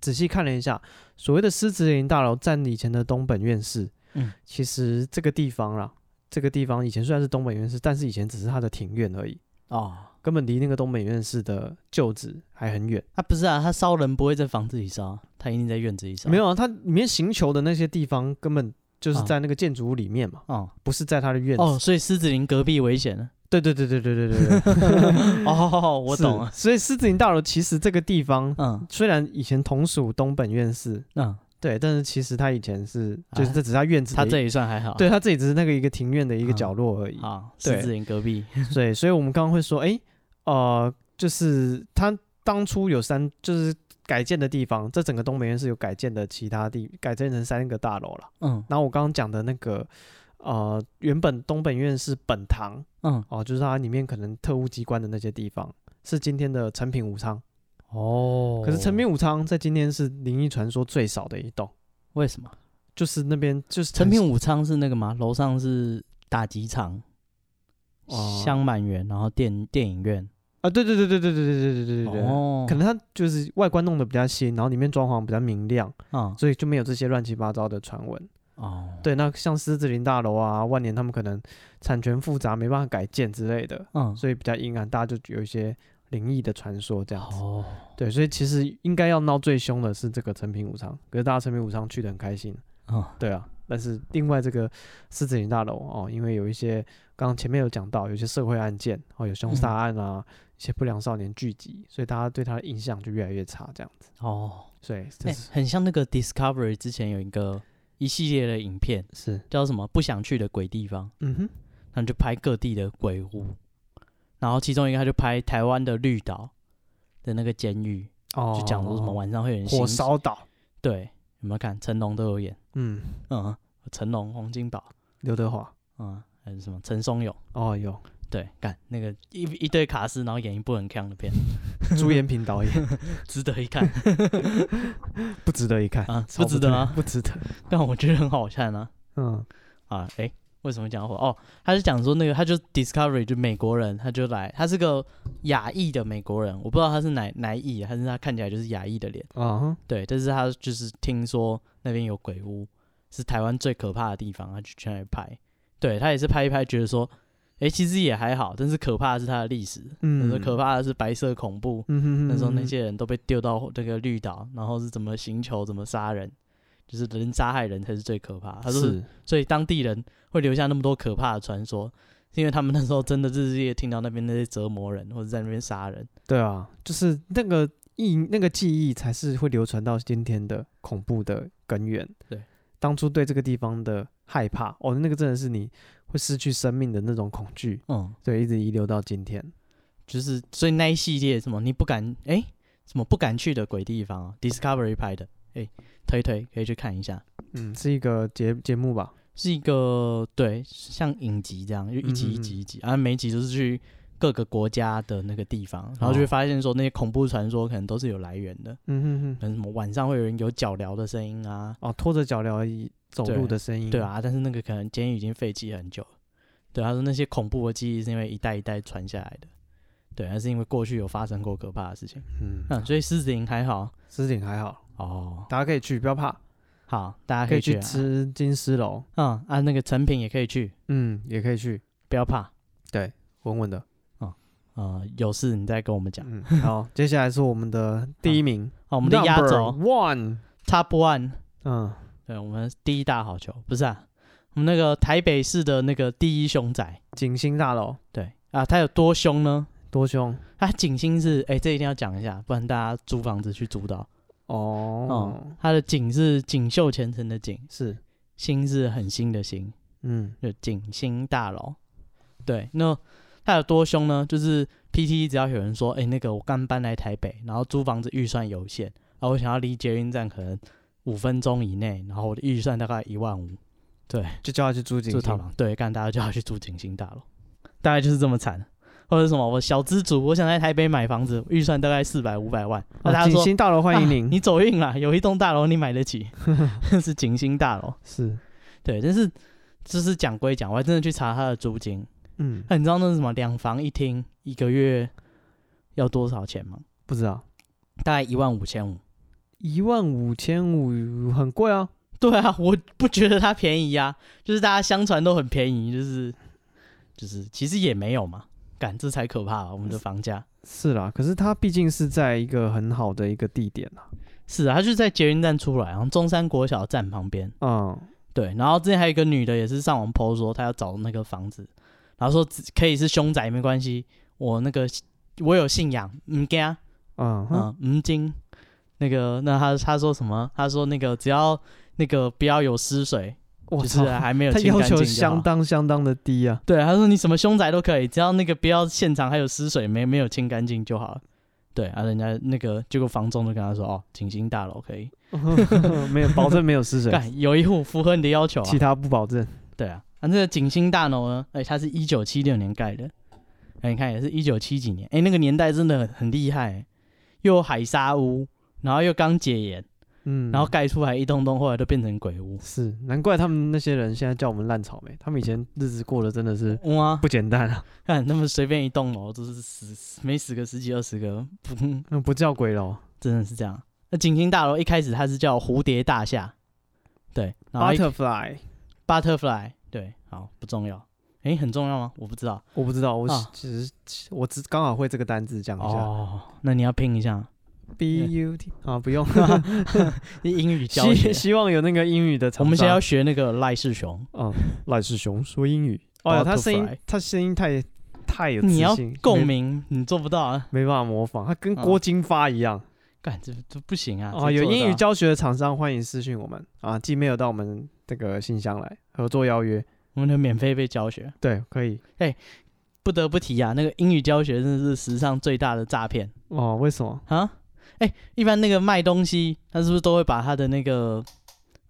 仔细看了一下，所谓的狮子林大楼占以前的东本院士，
嗯，
其实这个地方啦，这个地方以前虽然是东本院士，但是以前只是他的庭院而已，
哦，
根本离那个东本院士的旧址还很远。
他、不是啊，他烧人不会在房子里烧，啊他一定在院子里烧。
没，有啊，它里面行球的那些地方根本就是
啊
在那个建筑物里面嘛，
哦
不是在他的院子。
哦，所以狮子林隔壁危
(laughs)
险了。
对对对对对对对对，
哦， (laughs) 我懂了。
是所以狮子林大楼其实这个地方
嗯
虽然以前同属东本院寺，
嗯，
对，但是其实它以前是就是
啊
这只是它院子的
他
一，
这里算还好。
对它这里只是那个一个庭院的一个
嗯
角落而已。
啊，
对
狮子林隔壁。
对，所以我们刚刚会说，哎，呃，就是它当初有三就是。改建的地方，这整个东北院是有改建的，其他地改建成三个大楼了。
嗯
然后我刚刚讲的那个，呃，原本东本院是本堂，
嗯，
哦，就是它里面可能特务机关的那些地方，是今天的成品武昌。
哦
可是成品武昌在今天是灵异传说最少的一栋，
为什么？
就是那边就是
成品武昌是那个吗？楼上是打机场、
哦
香满园，然后电电影院。
啊，对对对对对对对对对对对，
哦，
可能它就是外观弄得比较新，然后里面装潢比较明亮，
啊
所以就没有这些乱七八糟的传闻。
哦，
对，那像狮子林大楼啊、万年他们可能产权复杂，没办法改建之类的，
嗯，
所以比较阴暗，大家就有一些灵异的传说这样子。
哦，
对，所以其实应该要闹最凶的是这个成品武昌，可是大家成品武昌去的很开心。
嗯
对啊，但是另外这个狮子林大楼哦，因为有一些刚刚前面有讲到，有一些社会案件哦，有凶杀案啊，一些不良少年聚集，所以大家对他的印象就越来越差这样子。
哦，
所以这
哎
是、
很像那个 Discovery 之前有一个一系列的影片，
是
叫什么“不想去的鬼地方
嗯哼”，
他们就拍各地的鬼屋，然后其中一个他就拍台湾的绿岛的那个监狱，
哦，
就讲说什么晚上会有人
火
行
烧岛，
对，有没有看？成龙都有演，
嗯，
嗯，成龙、洪金宝，
刘德华
嗯，还有什么陈松勇，
哦有
(laughs) 对，干那个一一堆卡司，然后演一部很强的片， (laughs)
朱延平导演， (laughs)
值得一看
不值得一看
啊，
超
不值得啊，
不值得，
但我觉得很好看啊。
嗯
啊，诶，为什么讲火？哦，他是讲说那个，他就 Discovery 就美国人，他就来，他是个亚裔的美国人，我不知道他是哪哪一裔，但是他看起来就是亚裔的脸。
啊哈
对，但是他就是听说那边有鬼屋，是台湾最可怕的地方，他就去那里拍。对他也是拍一拍，觉得说，诶，其实也还好，但是可怕的是它的历史，
嗯
嗯，可怕的是白色恐怖，
嗯哼哼
那时候那
哼
些人都被丢到那个绿岛，然后是怎么行求、怎么杀人，就是人杀害人才是最可怕。他说
是
所以当地人会留下那么多可怕的传说，是因为他们那时候真的日日夜夜听到那边那些折磨人，或者在那边杀人。
对啊，就是那个忆那个记忆才是会流传到今天的恐怖的根源。
对，
当初对这个地方的害怕，哦，那个真的是你会失去生命的那种恐惧，
嗯，
对，一直遗留到今天。
就是所以那一系列什么你不敢哎、什么不敢去的鬼地方啊，Discovery 拍的，哎、推推可以去看一下，
嗯，是一个节节目吧？
是一个对像影集这样，就一集一集一集，啊，每一集都是去。各个国家的那个地方，然后就会发现说那些恐怖传说可能都是有来源的，
嗯哼
可
哼，
能什么晚上会有人有脚镣的声音啊，
哦，拖着脚镣而已走
对
路的声音。
对，啊，但是那个可能监狱已经废弃很久了。对，他说那些恐怖的记忆是因为一代一代传下来的。对，那是因为过去有发生过可怕的事情。
嗯，
嗯，所以狮子林还好。
狮子林还好，
哦，
大家可以去，不要怕，
好，大家
可以
去啊
去。啊吃金狮楼，
嗯啊，那个成品也可以去，
嗯，也可以去，
不要怕。
对，稳稳的。
呃，有事你再跟我们讲。
嗯，好，接下来是我们的第一名，
好，我们的压轴
One，
Top One，
嗯，
对我们第一大好球，不是啊，我们那个台北市的那个第一凶宅。
景星大楼
对啊，它有多凶呢？
多凶。
它景星是，哎、这一定要讲一下，不然大家租房子去租到。
哦，
它的锦是锦绣前程的锦，
是，
星是很新的星，
嗯
就锦星大楼。对，那它有多凶呢？就是 PTT 只要有人说，哎、那个我刚搬来台北，然后租房子预算有限，啊，我想要离捷运站可能五分钟以内，然后我的预算大概一万五，
就叫他去租景
住套
厅。
房，对，干大家就要去住景星大楼，大概就是这么惨。或者什么，我小资主，我想在台北买房子，预算大概四百五百万，那、大
啊，
家
景
说
星大楼欢迎
啊
您。
你走运了，有一栋大楼你买
(laughs)
得起，是景星大楼。
是，
对，但是就是讲归讲，我还真的去查他的租金。啊
嗯，
那、你知道那是什么两房一厅一个月要多少钱吗？
不知道，
大概一万五千五。
一万五千五很贵啊。
对啊，我不觉得它便宜啊，就是大家相传都很便宜，就是就是其实也没有嘛，干这才可怕、啊，我们的房价。
是啦，可是它毕竟是在一个很好的一个地点啊。
是啊，它就是在捷运站出来，然后中山国小站旁边。
嗯，
对，然后之前还有一个女的也是上网 PO 说她要找那个房子，然后说只可以是凶宅没关系，我那个我有信仰，嗯惊，
嗯哼，
嗯嗯惊，那个那她她说什么？她说那个只要那个不要有湿水，
我
就
操
是，还没有
他
清
要
干净
求
就
相
好。
当相当的低
(laughs)
啊。 (laughs)
对，她说你什么凶宅都可以，只要那个不要现场还有湿水没没有清干净就好了。对啊，人家那个结果房东就跟她说哦，景星大楼可以，
没有，保证没有失水，
干有一户符合你的要求啊
其。他不保证。
对啊，那、这个景星大楼呢？哎、它是一九七六年盖的，哎、你看也是一九七几年，哎、那个年代真的很很厉害、又有海沙屋，然后又刚解严，
嗯，
然后盖出来一栋栋，后来都变成鬼屋。
是难怪他们那些人现在叫我们烂草莓，他们以前日子过得真的是
哇，
不简单啊，
看那么随便一栋楼都是十没十个十几二十个，不
那嗯不叫鬼楼。
真的是这样。那景星大楼一开始它是叫蝴蝶大厦，对，然后一
Butterfly，
butterfly，对，好不重要，哎、很重要吗？我不知道。
我不知道，我
啊
只是我只刚好会这个单字，讲一下
哦，那你要拼一下，
B U T 啊，
(laughs)
不用，
英
(laughs)
语教
希。
学
希望有那个英语的厂商。
我们现在要学那个赖世雄，
嗯，赖世雄说英语，哦呀，他声音
Butterfly
他声音太太有自
你要
信
共
没
鸣，嗯你做不到啊！
没办法模仿，他跟郭金发一样。
干这这不行啊！
哦，
这
有
做得
英语
到
教学的厂商欢迎私讯我们啊，寄 mail 到我们这个信箱来合作邀约。
我们的免费被教学。
对，可以。
不得不提啊，那个英语教学真的是史上最大的诈骗
哦，为什么？
啊！哎，一般那个卖东西，他是不是都会把他的那个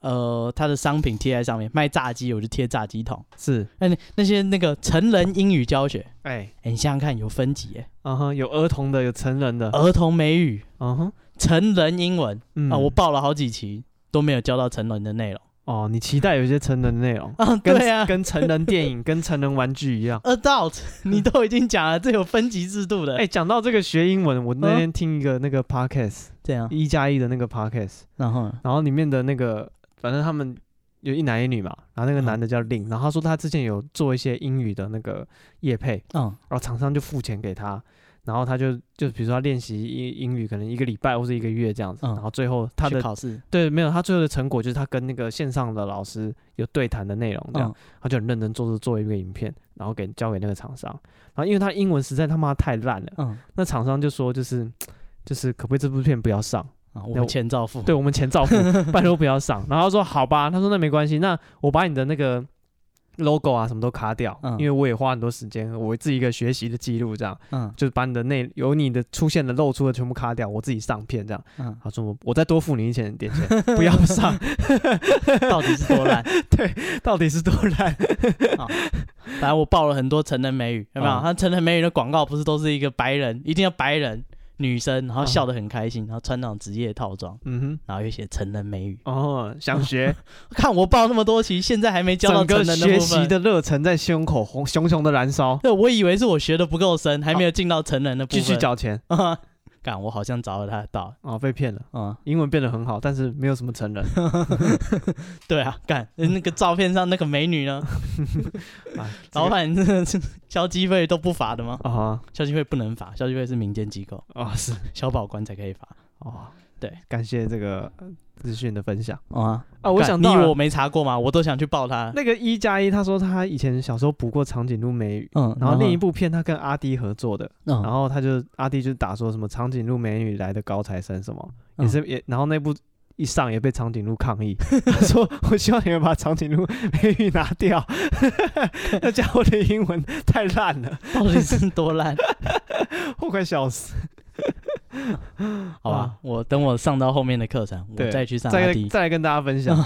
呃他的商品贴在上面？卖炸鸡我就贴炸鸡桶。
是，
哎，那那些那个成人英语教学，
哎，
哎，你想想看，有分级哎，
嗯哼，有儿童的，有成人的，
儿童美语、
嗯哼，
成人英文
嗯
呃啊，我报了好几期都没有教到成人的内容
哦，你期待有一些成人的内容，
啊。
跟
(laughs) 对
(laughs)
啊，
跟成人电
(laughs)
影、跟成人玩具一样。 (laughs)
adult，你都已经讲了，这有分级制度的。哎、
哎，讲到这个学英文，我
嗯
那天听一个那个 podcast
这样，
一加一的那个 podcast，
然后呢
然后里面的那个，反正他们有一男一女嘛，然
嗯
后那个男的叫令，然后他说他之前有做一些英语的那个业配，
嗯，
然后厂商就付钱给他，然后他就就比如说他练习英英语，可能一个礼拜或者一个月这样子，
嗯
然后最后他
去
的
考试，
对没有他最后的成果就是他跟那个线上的老师有对谈的内容这样，
嗯
他就很认真做做做一个影片，然后给交给那个厂商，然后因为他英文实在他妈太烂了，
嗯，
那厂商就说就是。就是可不可以这部片不要上？
啊，我们前兆父，
对我们钱
(laughs)
照付，拜托不要上。然后他说好吧，他说那没关系，那我把你的那个 logo 啊什么都卡掉，
嗯
因为我也花很多时间，我自己一个学习的记录这样。
嗯
就是把你的内有你的出现的露出的全部卡掉，我自己上片这样。
嗯，
他说我我再多付你一千点 (laughs) 钱，不要上，
到底是多烂？
到底是多烂？
反正我报了很多成人美语，有没有？
嗯
他成人美语的广告不是都是一个白人，一定要白人女生，然后
嗯
笑得很开心，然后穿那种职业套装，
嗯
然后又写成人美语。
哼，哦，想学，
看我报那么多期，现在还没教到
整
成
个 (laughs)
人的
学
部
习
分。
的热忱在胸口红熊熊的燃烧，
对，我以为是我学的不够深，还没有进到成人的部
啊继
分。
续缴钱
啊！干，我好像找了他的道。
啊、哦，被骗了。
嗯，
英文变得很好，但是没有什么成人
对啊，干
(laughs)
那个照片上那个美女呢？
啊。这个
老板，消基费都不罚的吗？
啊哈
消基费不能罚，消基费是民间机构，
啊是
消保官才可以罚。
哦，
对，
感谢这个呃资讯的分享
哦啊，
啊。我
干
想
你
到
以为
了
我没查过吗？我都想去报他。
那个一加一，他说他以前小时候补过长颈鹿美语，
嗯，
然后另一
部，
部片他跟阿迪合作的，
嗯
然后他就阿弟就打说什么长颈鹿美女来的高材生什么，
嗯
也是也，然后那部一上也被长颈鹿抗议， (laughs) 他说我希望你们把长颈鹿美女拿掉， (laughs) 那家伙的英文太烂了， (laughs)
到底是多烂？
我快笑死！
好吧，我等我上到后面的课程，
嗯对
我再去上
再
阿
来
迪。
再来跟大家
(laughs)
分享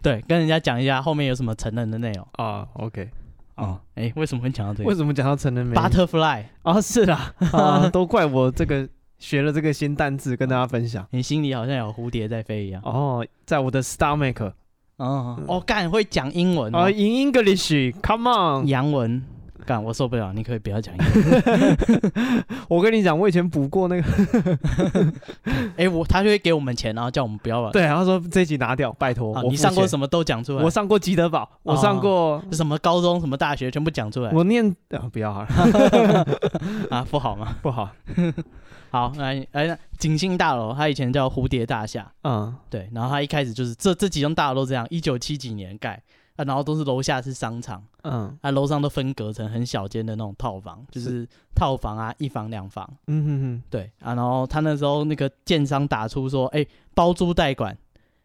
对，跟人家讲一下后面有什么成人的内容。
啊。OK，
哦，哎，为什么会讲到这
为
个
什么讲到成人美女
？Butterfly，
啊？是
(laughs)
啦，啊， (laughs) 都怪我这个学了这个新单字跟大家分享。
你心里好像有蝴蝶在飞一样。
哦，在我的 stomach
哦，哦，干会讲英文哦
啊、，in English，come on！
洋文，干我受不了，你可以不要讲英文。
(laughs) 我跟你讲，我以前补过那个，
哎，我他就会给我们钱，然后叫我们不要玩。
对，他说这一集拿掉，拜托、
啊，
我
你上过
么？
什么哦都讲出来
我，上过吉德堡，我上过，
什么高中、什么大学，全部讲出来
我念啊，不要好了，
啊，不好
(laughs)
吗？
不好，
好，来，哎，那景星大楼，它以前叫蝴蝶大厦，
嗯，
对，然后它一开始就是这这几栋大楼都这样，一九七几年盖啊，然后都是楼下是商场，
嗯
啊，楼上都分隔成很小间的那种套房，就是套房啊，一房两房，
嗯哼哼，
对啊，然后他那时候那个建商打出说，哎、包租代管，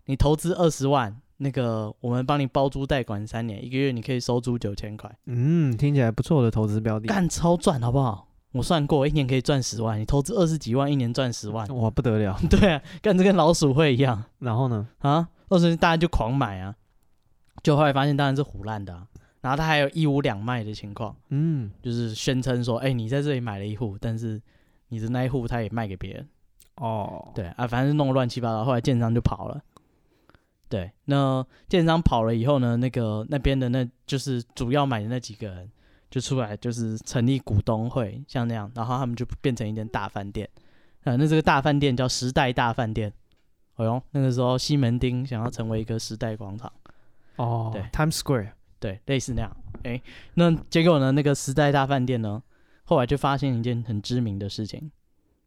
你投资二十万，那个我们帮你包租代管三年，一个月你可以收租九千块，
嗯，听起来不错的投资标的，
干超赚好不好？我算过，一年可以赚十万，你投资二十几万，一年赚十万，
哇，不得了。
(laughs) 对啊，干这跟老鼠会一样
然后呢？
啊，二十大家就狂买啊，就后来发现当然是胡烂的、啊，然后他还有一屋两卖的情况，
嗯，
就是宣称说，哎、你在这里买了一户，但是你的那一户他也卖给别人。
哦，，
对啊，反正是弄得乱七八糟。后来建商就跑了。对，那建商跑了以后呢，那个那边的那就是主要买的那几个人就出来，就是成立股东会，像那样，然后他们就变成一间大饭店。啊，那这个大饭店叫时代大饭店。哎呦，那个时候西门町想要成为一个时代广场，
哦，
对
，Times Square，
对，类似那样。哎，那结果呢？那个时代大饭店呢，后来就发现一件很知名的事情，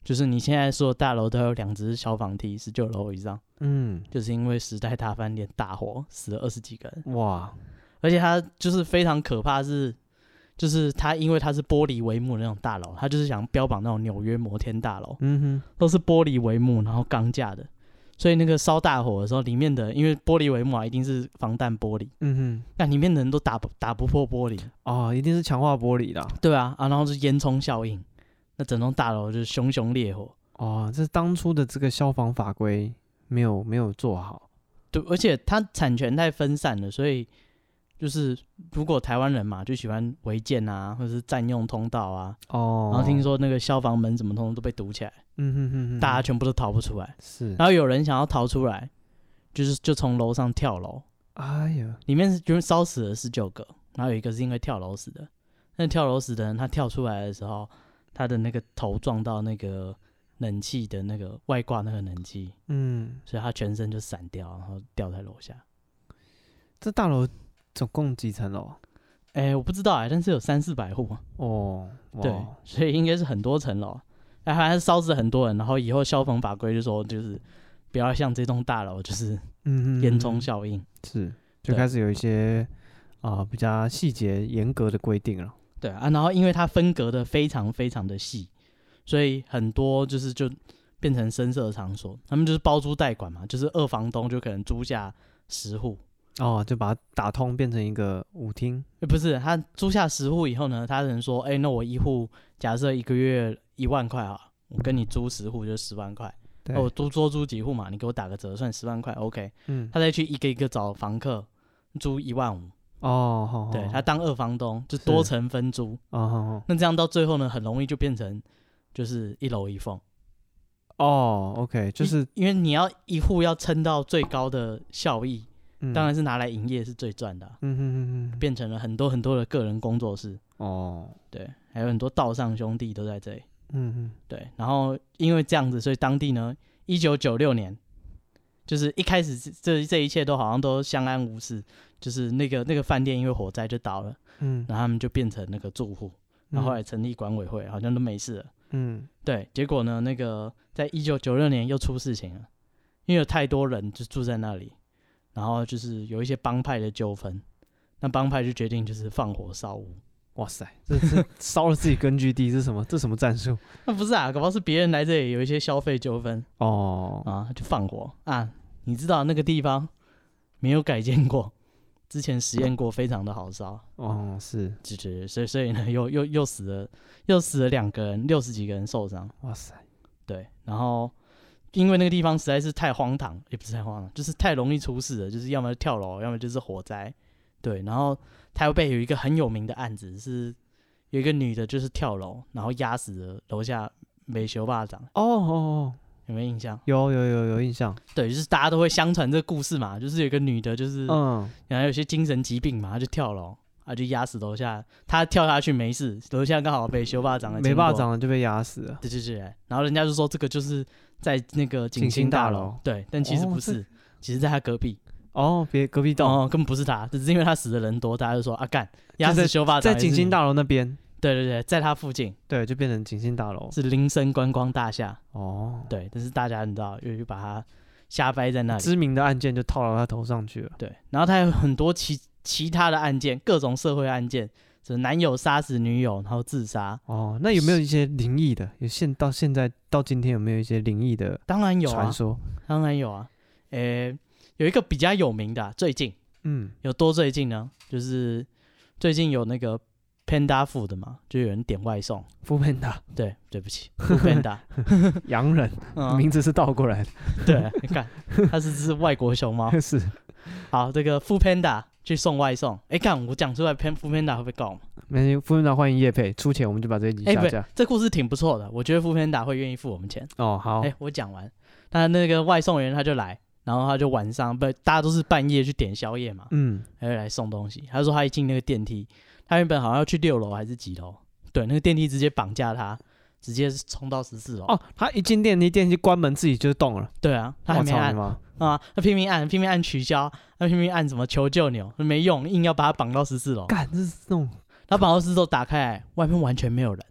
就是你现在所有大楼都有两只消防梯，十九楼以上。
嗯，
就是因为时代大饭店大火，死了二十几个人，
哇，
而且它就是非常可怕是，就是它因为它是玻璃帷幕的那种大楼，它就是想标榜那种纽约摩天大楼，
嗯
都是玻璃帷幕，然后钢架的，所以那个烧大火的时候，里面的因为玻璃帷幕啊，一定是防弹玻璃，
哼，嗯
那里面的人都打不打不破玻璃，
哼，哦，一定是强化玻璃的啊，
对啊，啊，然后是烟囱效应，那整栋大楼就是熊熊烈火，
哦，这当初的这个消防法规没有没有做好，
对，而且它产权太分散了，所以就是如果台湾人嘛，就喜欢违建啊，或者是占用通道啊，
哦，
然后听，说那个消防门怎么通通都被堵起来，
嗯哼哼哼，
大家全部都逃不出来。
是，
然后有人想要逃出来，就是就从楼上跳楼，
哎呀，
里面就是烧死了十九个，然后有一个是因为跳楼死的。那跳楼死的人，他跳出来的时候，他的那个头撞到那个冷气的那个外挂那个冷气，
嗯，
所以他全身就散掉，然后掉在楼下。
这大楼总共几层楼啊？
哎、我不知道哎、但是有三四百户啊，
哦，哇
对，所以应该是很多层楼。哎，还是烧死很多人，然后以后消防法规就说，就是不要像这栋大楼，就是
嗯哼，
烟囱
嗯
效应。
是，就
对
开始有一些啊、比较细节严格的规定了。
对啊，然后因为它分隔的非常非常的细，所以很多就是就变成深色场所，他们就是包租代管嘛，就是二房东就可能租下十户，
哦，就把它打通变成一个舞厅。
呃不是他租下十户以后呢，他人说，哎、那我一户假设一个月一万块啊，我跟你租十户就十万块。
对，
哦，我多多租几户嘛，你给我打个折，算十万块，OK。
嗯，
他再去一个一个找房客租一万五，
哦，好，
对
好
他，当二房东，就多
是
层分租。
哦，好好，
那这样到最后呢，很容易就变成就是一楼一凤，
哦，OK，就是，
嗯因为你要一户要撑到最高的效益，
嗯
当然，是拿来营业是最赚的啊、
嗯哼哼哼，
变成了很多很多的个人工作室，
哦，
对，还有很多道上兄弟都在这里，
嗯哼，
对。然后因为这样子，所以当地呢，一九九六年，就是一开始这这这一切都好像都相安无事，就是那个那个饭店因为火灾就倒了，
嗯，
然后他们就变成那个住户，然后后来成立管委会，好像都没事了。
嗯，
对，结果呢，那个在一九九六年又出事情了，因为有太多人就住在那里，然后就是有一些帮派的纠纷，那帮派就决定就是放火烧屋。 (laughs)
哇塞，这这烧了自己根据地，这是什么？这什么战术？
那、不是啊，搞不好是别人来这里有一些消费纠纷
哦，
啊，就放火啊。你知道那个地方没有改建过， (laughs) 之前实验过，非常的好烧，
哦，是，
就是所以所以呢，又又又死了，又死了两个人，六十几个人受伤。
哇塞，
对，然后因为那个地方实在是太荒唐，也不是太荒唐，就是太容易出事了，就是要么跳楼，要么就是火灾。对，然后台北有一个很有名的案子是，有一个女的就是跳楼，然后压死了楼下美修霸长，
哦哦哦，
有没有印象？
有有有有印象，
对，就是大家都会相传这个故事嘛，就是有一个女的，就是、
嗯，
然后有些精神疾病嘛，她就跳楼。啊！就压死楼下，她跳下去没事，楼下刚好被修霸长的
没办法
长。
长了就被压死了，
对对对，然后人家就说这个就是在那个
景
景
星
星大
大
楼
楼，
对，但其实
哦
不
这
是，其实在他隔壁，
哦，别隔壁栋，
哦，根本不是他，只是因为他死的人多，大家就说啊干，压
在
死修霸
在
长也是
景星
你，
大楼那边，
对对对，在他附近
对，就变成景星大楼，
是林森观光大厦，
哦，
对，但是大家你知道又就把他瞎掰在那里，
知名的案件就套到他头上去了，
对，然后他有很多其 (laughs) 其他的案件，各种社会案件，是男友杀死女友，然后自杀，
哦，那有没有一些灵异的？有现到现在到今天有没有一些灵异的
当然有
传
啊，
说？
当然有啊，诶，有一个比较有名的啊、最近。
嗯，
有多最近呢？就是最近有那个 Panda Food 的嘛，就有人点外送。
富片的
对，对不起
(laughs)
，Panda，
洋
(laughs)
人
嗯，
名字是倒过来
对，你看它是只外国熊猫。
的， (laughs) 是
好，这个 Food Panda 去送外送。哎，看我讲出来，Pan Food Panda 会被告吗？
没富片的欢迎叶佩出钱，我们就把这一集
哎，
下
不对
架。，
这故事挺不错的，我觉得 Food Panda 会愿意付我们钱。
哦，好，
哎，我讲完，那那个外送员他就来。然后他就晚上不，大家都是半夜去点宵夜嘛，
嗯，
他就来送东西。他说他一进那个电梯，他原本好像要去六楼还是几楼，对，那个电梯直接绑架他，直接冲到十四楼。
哦，他一进电梯，电梯关门自己就动了，
对啊，他还
我
没
操你
按
妈！
啊，他拼命按，拼命按取消，他拼命按什么求救钮，没用，硬要把他绑到十四楼。
干，这是那种
他绑到十四楼打开来，外面完全没有人，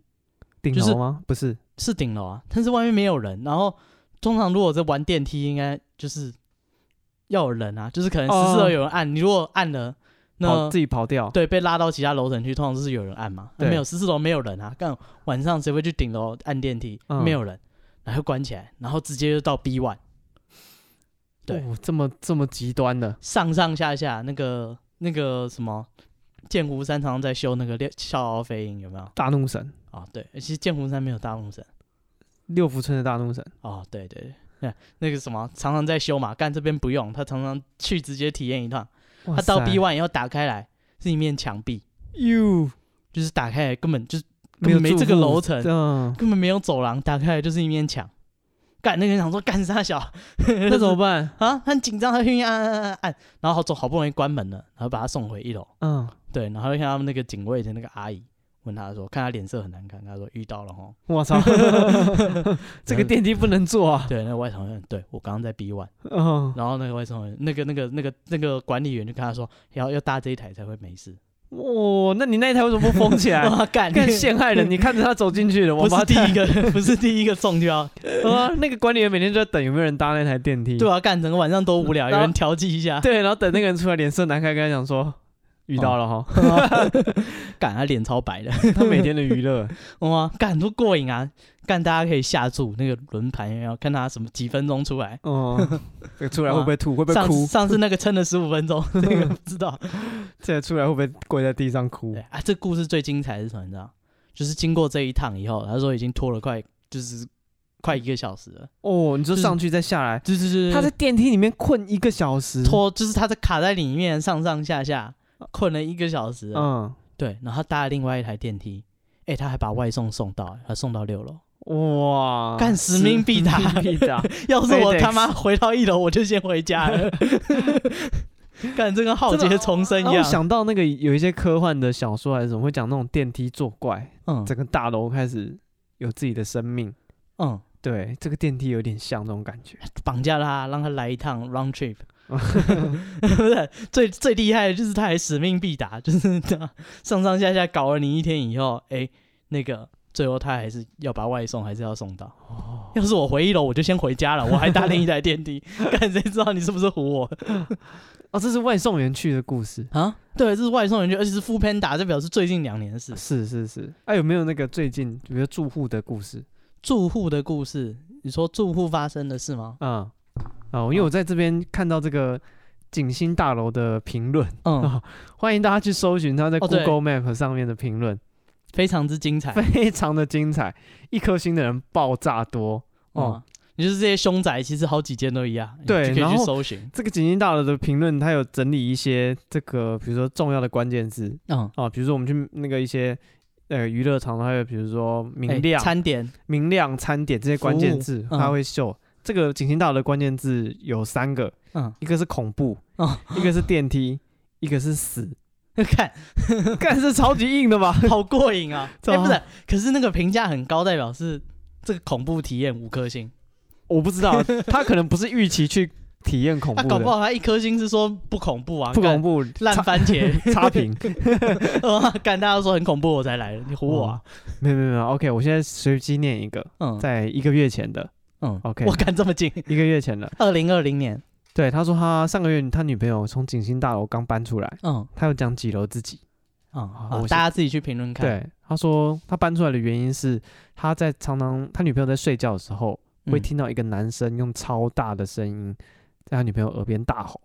顶
就是
楼吗？不是，
是顶楼啊，但是外面没有人。然后通常如果在玩电梯，应该就是要有人啊，就是可能十四楼
哦
有人按，你如果按了，那
跑自己跑掉。
对，被拉到其他楼层去，通常就是有人按嘛。
对
没有十四楼没有人啊，干晚上谁会去顶楼按电梯？
嗯
没有人，然后关起来，然后直接就到 B one，对
哦，这么这么极端的，
上上下下那个那个什么。剑湖山常常在修那个六笑傲飞鹰，有没有
大怒神，
啊？对，其实剑湖山没有大怒神
六福村的大怒神，
哦，对对对，那个什么常常在修嘛，干这边不用，他常常去直接体验一趟。
他
他到 B one 以后打开来是一面墙壁，
you
就是打开来根本就是
没有
没
住
这个
户
楼层
嗯，
根本没有走廊，打开来就是一面墙。干那个人想说干啥小
那怎么
(laughs)
办？
啊？他很紧张，他拼命按按按按，啊然后好总好不容易关门了，然后把他送回一楼。
嗯，
对，然后就看他们那个警卫的那个阿姨问他说，看他脸色很难看，他说遇到了哈。
我
(laughs)
操，这个电梯不能坐啊。
对，那个外场人对我刚刚在 B one，
嗯，
然后那个外场人那个那个那个那个管理员就跟他说，要要搭这一台才会没事。
哇，哦那你那一台为什么不封起来？
(laughs) 哇，干
更陷害
(laughs)
人，你看着他走进去了，我
不
妈 (laughs)
是第一个， (laughs) 不是第一个中就要
啊！那个管理员每天就在等有没有人搭那台电梯，
对啊，干整个晚上多无聊，有人调剂一下。
对，然后等那个人出来，脸色难看，跟他讲说遇到了
(laughs)
哈，
(laughs) 干他脸超白的。
他每天的娱乐，
(laughs) 哇，干多过瘾啊！干大家可以下注那个轮盘，然后看他什么几分钟出来。
(laughs) 哦，出来会不会吐，会不会
上次
哭？
上次那个撑了十五
(laughs)
分钟，这个不知道。
现在出来会不会跪在地上哭
对？啊，这故事最精彩是什么？你知道？就是经过这一趟以后，他说已经拖了快就是快一个小时了，
哦，你说
就是
上去再下来，
就是就是
他在电梯里面困一个小时，
拖，就是他在卡在里面上上下下困了一个小时了。
嗯，
对，然后他搭了另外一台电梯，哎、他还把外送送到，他送到六楼。
哇，
干使命必达
使命
(laughs)
必达，
要是我
FedEx
他妈回到一楼，我就先回家了。 (laughs) 干，这跟浩
真
劫
的
重生一
然后
样。
啊想到那个有一些科幻的小说还是什么，会讲那种电梯作怪，
嗯
整个大楼开始有自己的生命。
嗯，
对，这个电梯有点像这种感觉。
绑架他，让他来一趟 round
(laughs)
trip。不是最最厉害的就是他还使命必达，就是这样上上下下搞了你一天以后，哎、那个最后他还是要把外送还是要送到。
哦，
要是我回一楼，我就先回家了，我还搭另一台电梯， (laughs) 干谁知道你是不是唬我
哦，这是外送员去的故事。
啊？对，这是外送人员，而且是 f o o Panda，这表示最近两年的事。
是是是，哎、有没有那个最近，比如说住户的故事？
住户的故事，你说住户发生的事吗？
嗯，哦，因为我在这边看到这个景星大楼的评论，
嗯，
(laughs) 欢迎大家去搜寻他在
哦对
Google Map 上面的评论，
非常之精彩。
非常的精彩，一颗星的人爆炸多。 (laughs) 哦
哦，你就是这些凶宅，其实好几间都一样，你
对
就可
然
以去
后
搜寻。
这个景星大楼的评论，它有整理一些这个，比如说重要的关键字
嗯，
啊，比如说我们去那个一些呃娱乐场，还有比如说
哎
明亮、
餐点， (laughs)
明亮餐点这些关键字，
服务嗯
它会秀。这个景星大楼的关键字有三个，
嗯，
一个是恐怖，
哦，
一个是电梯，一个是死， (laughs)
看
干是超级硬的吧？
好过瘾
(laughs)
啊！
走
哎，
啊
不是，可是那个评价很高，代表是这个恐怖体验五颗星。
我不知道，他可能不是预期去体验恐
他
怖
啊搞不
的，
好他一颗星是说不恐怖啊，
不恐 (laughs)
怖，
怖，
烂番茄， (laughs)
差评。
哦干大家都说很恐怖，我才来了，你唬我啊？
没有没有没有，OK，我现在随机念一个，
嗯
在一个月前的，
嗯
哦 OK
我敢这么近，
一个月前的。
二零二零年，
对，他说他上个月他女朋友从景星大楼刚搬出来，
嗯
他有讲几楼自己。
嗯，
我
好，
先
大家自己去评论看。
对，他说他搬出来的原因是他在常常他女朋友在睡觉的时候，
嗯
会听到一个男生用超大的声音在他女朋友耳边大吼，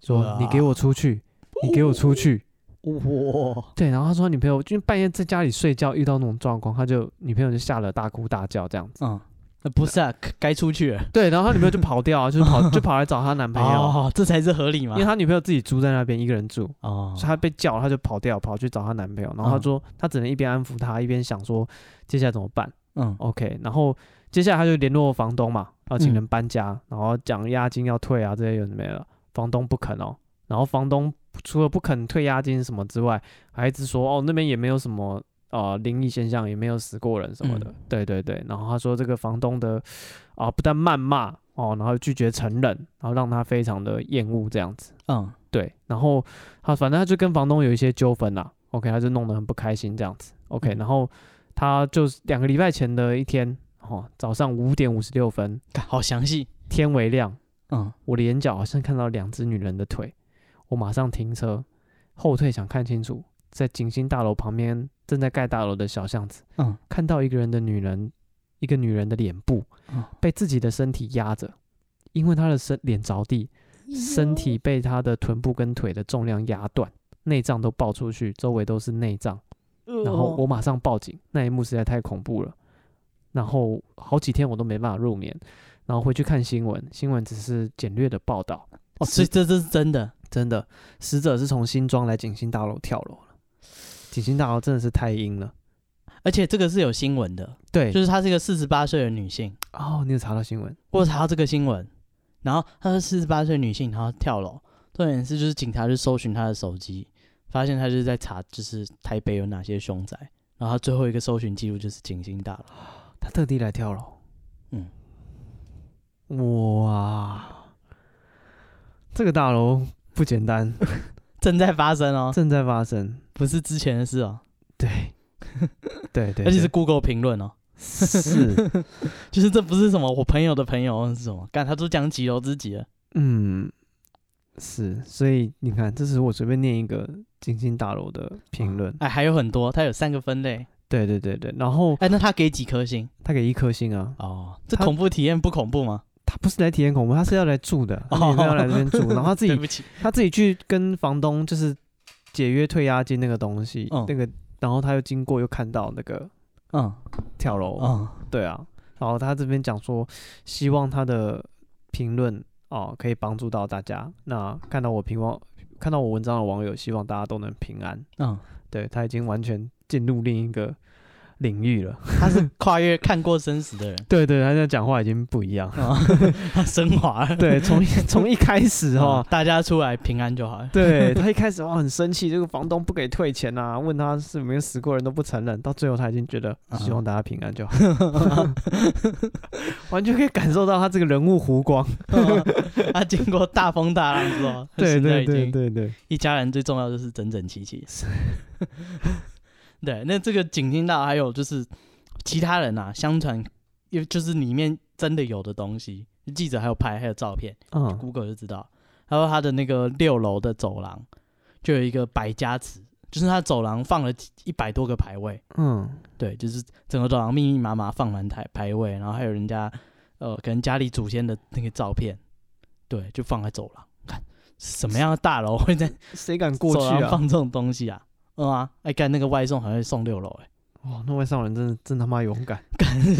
说
哇：“
你给我出去，你给我出去。”
哇，
对，然后他说他女朋友就半夜在家里睡觉遇到那种状况，他就女朋友就吓得大哭大叫这样子。
嗯，呃不是啊，该出去了。
(laughs) 对，然后他女朋友就跑掉啊，就是跑就跑来找她男朋友，
(laughs) 哦，这才是合理嘛
因为。他女朋友自己住在那边一个人住，
哦
所以她被叫，她就跑掉，跑去找她男朋友。然后她
嗯
说她只能一边安抚他，一边想说接下来怎么办
嗯
？OK，然后接下来她就联络房东嘛，要请
嗯
人搬家，然后讲押金要退啊这些有的没了，房东不肯哦。然后房东除了不肯退押金什么之外，还一直说哦那边也没有什么呃灵异现象，也没有死过人什么的。
嗯
对对对，然后他说这个房东的啊、不但谩骂哦，然后拒绝承认，然后让他非常的厌恶这样子。
嗯
对，然后他反正他就跟房东有一些纠纷啦。OK，他就弄得很不开心这样子。OK，、
嗯
然后他就是两个礼拜前的一天，哦，早上五点五十六分，
干好详细。
天微亮，
嗯，
我的眼角好像看到两只女人的腿，我马上停车，后退想看清楚，在景星大楼旁边正在盖大楼的小巷子，
嗯，
看到一个人的女人，一个女人的脸部
嗯
被自己的身体压着，因为她的身脸着地，身体被她的臀部跟腿的重量压断，内脏都爆出去，周围都是内脏。
哦
然后我马上报警，那一幕实在太恐怖了。然后好几天我都没办法入眠，然后回去看新闻，新闻只是简略的报道，
哦，所以这这是真的。
真的死者是从新庄来景星大楼跳楼了。景星大楼真的是太阴了，
而且这个是有新闻的，
对，
就是她是一个四十八岁的女性，
哦，你有查到新闻？
我有查到这个新闻，然后她是四十八岁女性，然后跳楼，重点是就是警察去搜寻她的手机，发现她就是在查就是台北有哪些凶宅，然后她最后一个搜寻记录就是景星大楼，
他特地来跳楼，
嗯，
哇，这个大楼不简单，
(laughs) 正在发生哦，
正在发生，
不是之前的事哦，
对，对对
而且是
对
Google 评论哦，
是，
就是这不是什么我朋友的朋友是什么，干他都讲几楼之几了，
嗯，是，所以你看，这是我随便念一个金星大楼的评论，
哎，还有很多，它有三个分类，
对对对对，然后
哎，那他给几颗星？
他给一颗星啊，
哦，这
他
恐怖体验不恐怖吗？
他不是来体验恐怖，他是要来住的，他女朋友来这边住，然后他自
哦对
己
不起，
他自己去跟房东就是解约退押金那个东西，
嗯
那个，然后他又经过又看到那个
嗯
跳楼，
嗯
对啊，然后他这边讲说，希望他的评论哦可以帮助到大家，那看到我评网看到我文章的网友，希望大家都能平安。
嗯，
对他已经完全进入另一个领域了。 (laughs)
他是跨越看过生死的人。
对对，他现在讲话已经不一样。
啊，他升华了。
对，从一 (laughs) 从一开始
哦
哈，，
大家出来平安就好了。
(laughs)
(laughs)
对他一开始哇哦很生气，这个房东不给退钱啊，问他是有没有死过人都不承认，到最后他已经觉得
啊
希望大家平安就好， (laughs) 完全可以感受到他这个人物弧光。
他经过大风大浪之后，他
(laughs) 对
现
对
在已
对
经
对对，
一家人最重要就是整整齐 (laughs) 齐。对，那这个景星大还有就是其他人啊，相传也就是里面真的有的东西，记者还有拍还有照片
嗯，
，Google 就知道。还有他的那个六楼的走廊，就有一个百家祠，就是他走廊放了一百多个牌位。
嗯，
对，就是整个走廊密密麻麻放满台牌位，然后还有人家呃，可能家里祖先的那个照片，对，就放在走廊。看什么样的大楼会在
谁敢过
走
去
廊
啊？
放这种东西啊？嗯啊，哎干那个外送好像会送六楼哎、 (laughs)
哦，那外送人真的真他妈勇敢，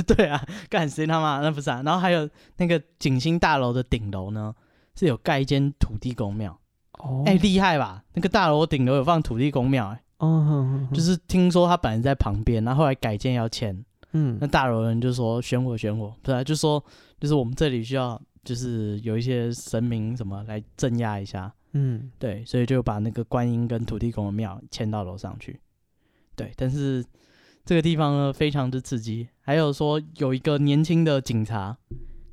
对啊，干谁他妈那不是啊？然后还有那个景星大楼的顶楼呢，是有盖一间土地公庙，
哦，
哎、厉害吧？那个大楼顶楼有放土地公庙、哎，
哦，哼哼
就是听说他本来在旁边，然后后来改建要迁，
嗯
那大楼人就说选我选我，不是、啊、就说就是我们这里需要就是有一些神明什么来镇压一下，
嗯，
对，所以就把那个观音跟土地公的庙迁到楼上去。对，但是这个地方呢非常之刺激，还有说有一个年轻的警察，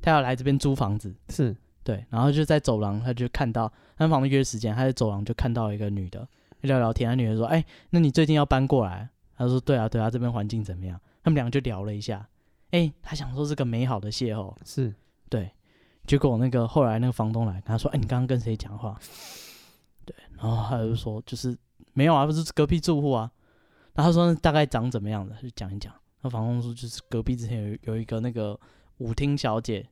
他要来这边租房子，
是
对，然后就在走廊，他就看到他旁边约时间，他在走廊就看到一个女的聊聊天，那女的说：“哎、那你最近要搬过来？”他说：“对啊，对啊，这边环境怎么样？”他们两个就聊了一下，哎、他想说是个美好的邂逅，
是，
对，结果那个后来那个房东来，他说：“哎、你刚刚跟谁讲话？”对，然后他就说：“就是没有啊，不是隔壁住户啊。”然后他说：“大概长怎么样的？”就讲一讲。那房东说：“就是隔壁之前有有一个那个舞厅小姐，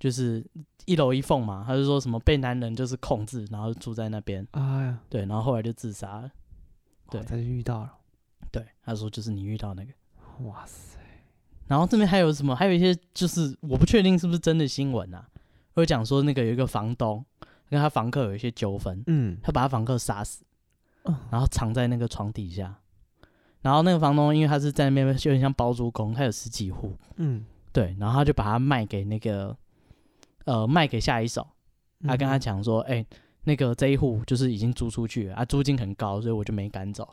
就是一楼一凤嘛。”他就说什么被男人就是控制，然后就住在那边。
哎呀，
对，然后后来就自杀了。对
对，他就遇到了，
对，他说就是你遇到那个。
哇塞，
然后这边还有什么？还有一些就是我不确定是不是真的新闻啊，会讲说那个有一个房东跟他房客有一些纠纷，
嗯，
他把他房客杀死，
哦
然后藏在那个床底下。然后那个房东因为他是在那边有点像包租公，他有十几户，
嗯，
对，然后他就把它卖给那个呃卖给下一手，
嗯
他跟他讲说，哎、那个这一户就是已经租出去了，啊，租金很高，所以我就没赶走，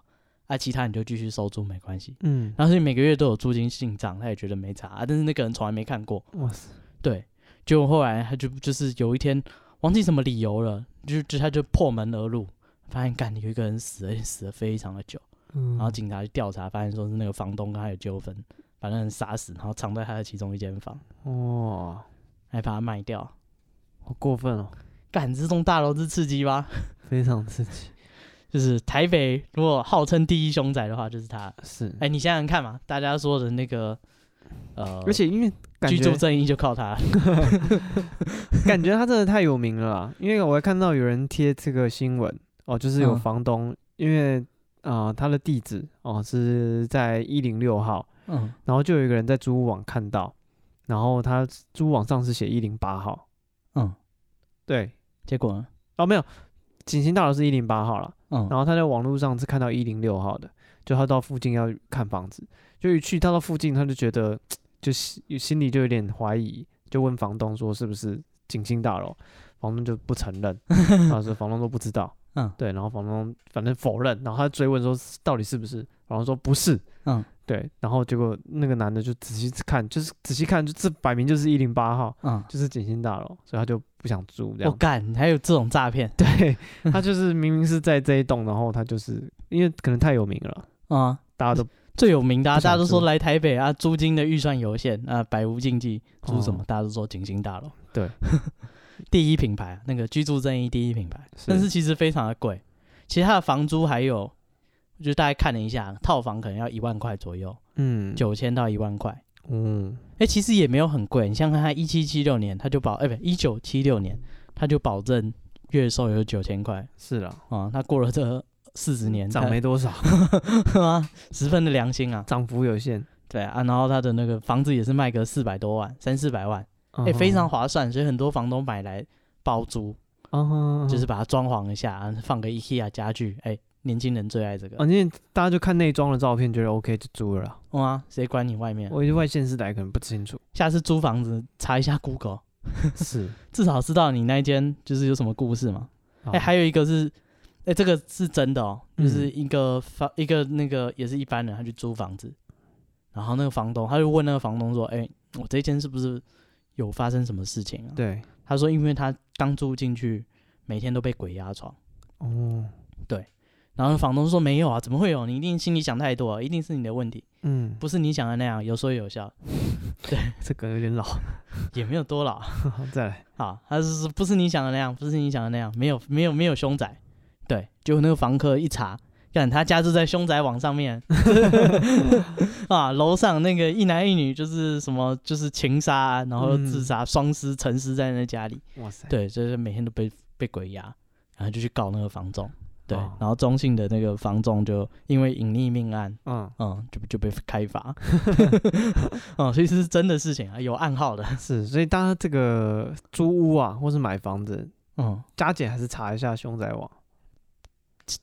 啊，其他你就继续收租没关系。
嗯，
然后所以每个月都有租金进账，他也觉得没差啊。但是那个人从来没看过，
哇塞，
对。结果后来他就就是有一天忘记什么理由了，就就他就破门而入，发现干有一个人死了，而且死了非常的久。
嗯，
然后警察去调查，发现说是那个房东跟他有纠纷，把那个人杀死，然后藏在他的其中一间房，
哦，
还把他卖掉。
好过分哦，
干这栋大楼之刺激吧？
非常刺激，
(laughs) 就是台北如果号称第一凶宅的话，就是他。
是，
哎，你想想看嘛，大家说的那个呃，
而且因为感
居住
觉
正义就靠他。 (laughs)
感觉他真的太有名了啦，因为我还看到有人贴这个新闻哦，就是有
嗯
房东，因为啊、呃他的地址哦是在一零六号，
嗯，
然后就有一个人在租屋网看到，然后他租屋网上是写一零八号，
嗯，
对，
结果呢？
哦没有，景星大楼是一零八号了，
嗯，
然后他在网络上是看到一零六号的，就他到附近要看房子，就一去他到附近他就觉得就心心里就有点怀疑，就问房东说是不是景星大楼，房东就不承
(laughs)
认，他说房东都不知道，
嗯
对，然后房东反正否认，然后他追问说到底是不是，房东说不是，
嗯，
对，然后结果那个男的就仔细看，就是仔细看，就这摆明就是一零八号，
嗯，
就是景星大楼，所以他就不想住这
我
样。
干，还有这种诈骗
(laughs) 对他就是明明是在这一栋，然后他就是因为可能太有名了，
啊！
大家都
最有名的、啊，
不想
大家都说
租
来台北啊，租金的预算有限啊，百无禁忌，租什么？
哦
大家都说景星大楼，
对，
(laughs) 第一品牌啊那个居住正义第一品牌，
是
但是其实非常的贵，其实它的房租还有，就大概看了一下，套房可能要一万块左右，
嗯
九千到一万块，
嗯
哎、其实也没有很贵，你像看它一七七六年，它就保，哎、不，一九七六年，它就保证月收有九千块
是啦，
啊，它过了这四十年，它
涨没多少，
(laughs)
(laughs)
啊，十分的良心啊。
涨幅有限，
对啊，然后他的那个房子也是卖个四百多万，三四百万，哎、
嗯
非常划算，所以很多房东买来包租，
哦，
就是把它装潢一下，啊放个 IKEA 家具，哎、年轻人最爱这个。
哦，因为大家就看内装的照片觉得 OK 就租了啦，
哇、谁管你外面？
我外县市来可能不清
(laughs)
楚，
下次租房子查一下 Google，
是，
至少知道你那一间就是有什么故事嘛。
哦
哎、还有一个是，哎、这个是真的哦，
嗯
就是一个房、一个那个也是一般人，他去租房子，然后那个房东他就问那个房东说：“哎、我这间是不是有发生什么事情啊？”
对，
他说，因为他刚住进去，每天都被鬼压床。
哦，
然后房东说没有啊，怎么会有？你一定心里想太多了，一定是你的问题， (laughs)
嗯，
不是你想的那样，有说有笑，
这个有点老，
(laughs)
(laughs)
也没有多老
再来，
啊。他是说不是你想的那样，不是你想的那样，没有没有没有凶宅。对，结果那个房客一查，看他家住在凶宅网上面 (laughs) 啊，楼上那个一男一女就是什么就是情杀啊，然后
嗯
自杀，双尸沉尸在那家里。
哇塞，
对，就是每天都被被鬼压，然后就去告那个房仲，对，
哦
然后中信的那个房仲就因为隐匿命案，
嗯，
嗯，就就被开
(laughs)
罚，嗯，所以是真的事情啊，有暗号的，
是，所以大家这个租屋啊，或是买房子，
嗯，
加减还是查一下凶宅网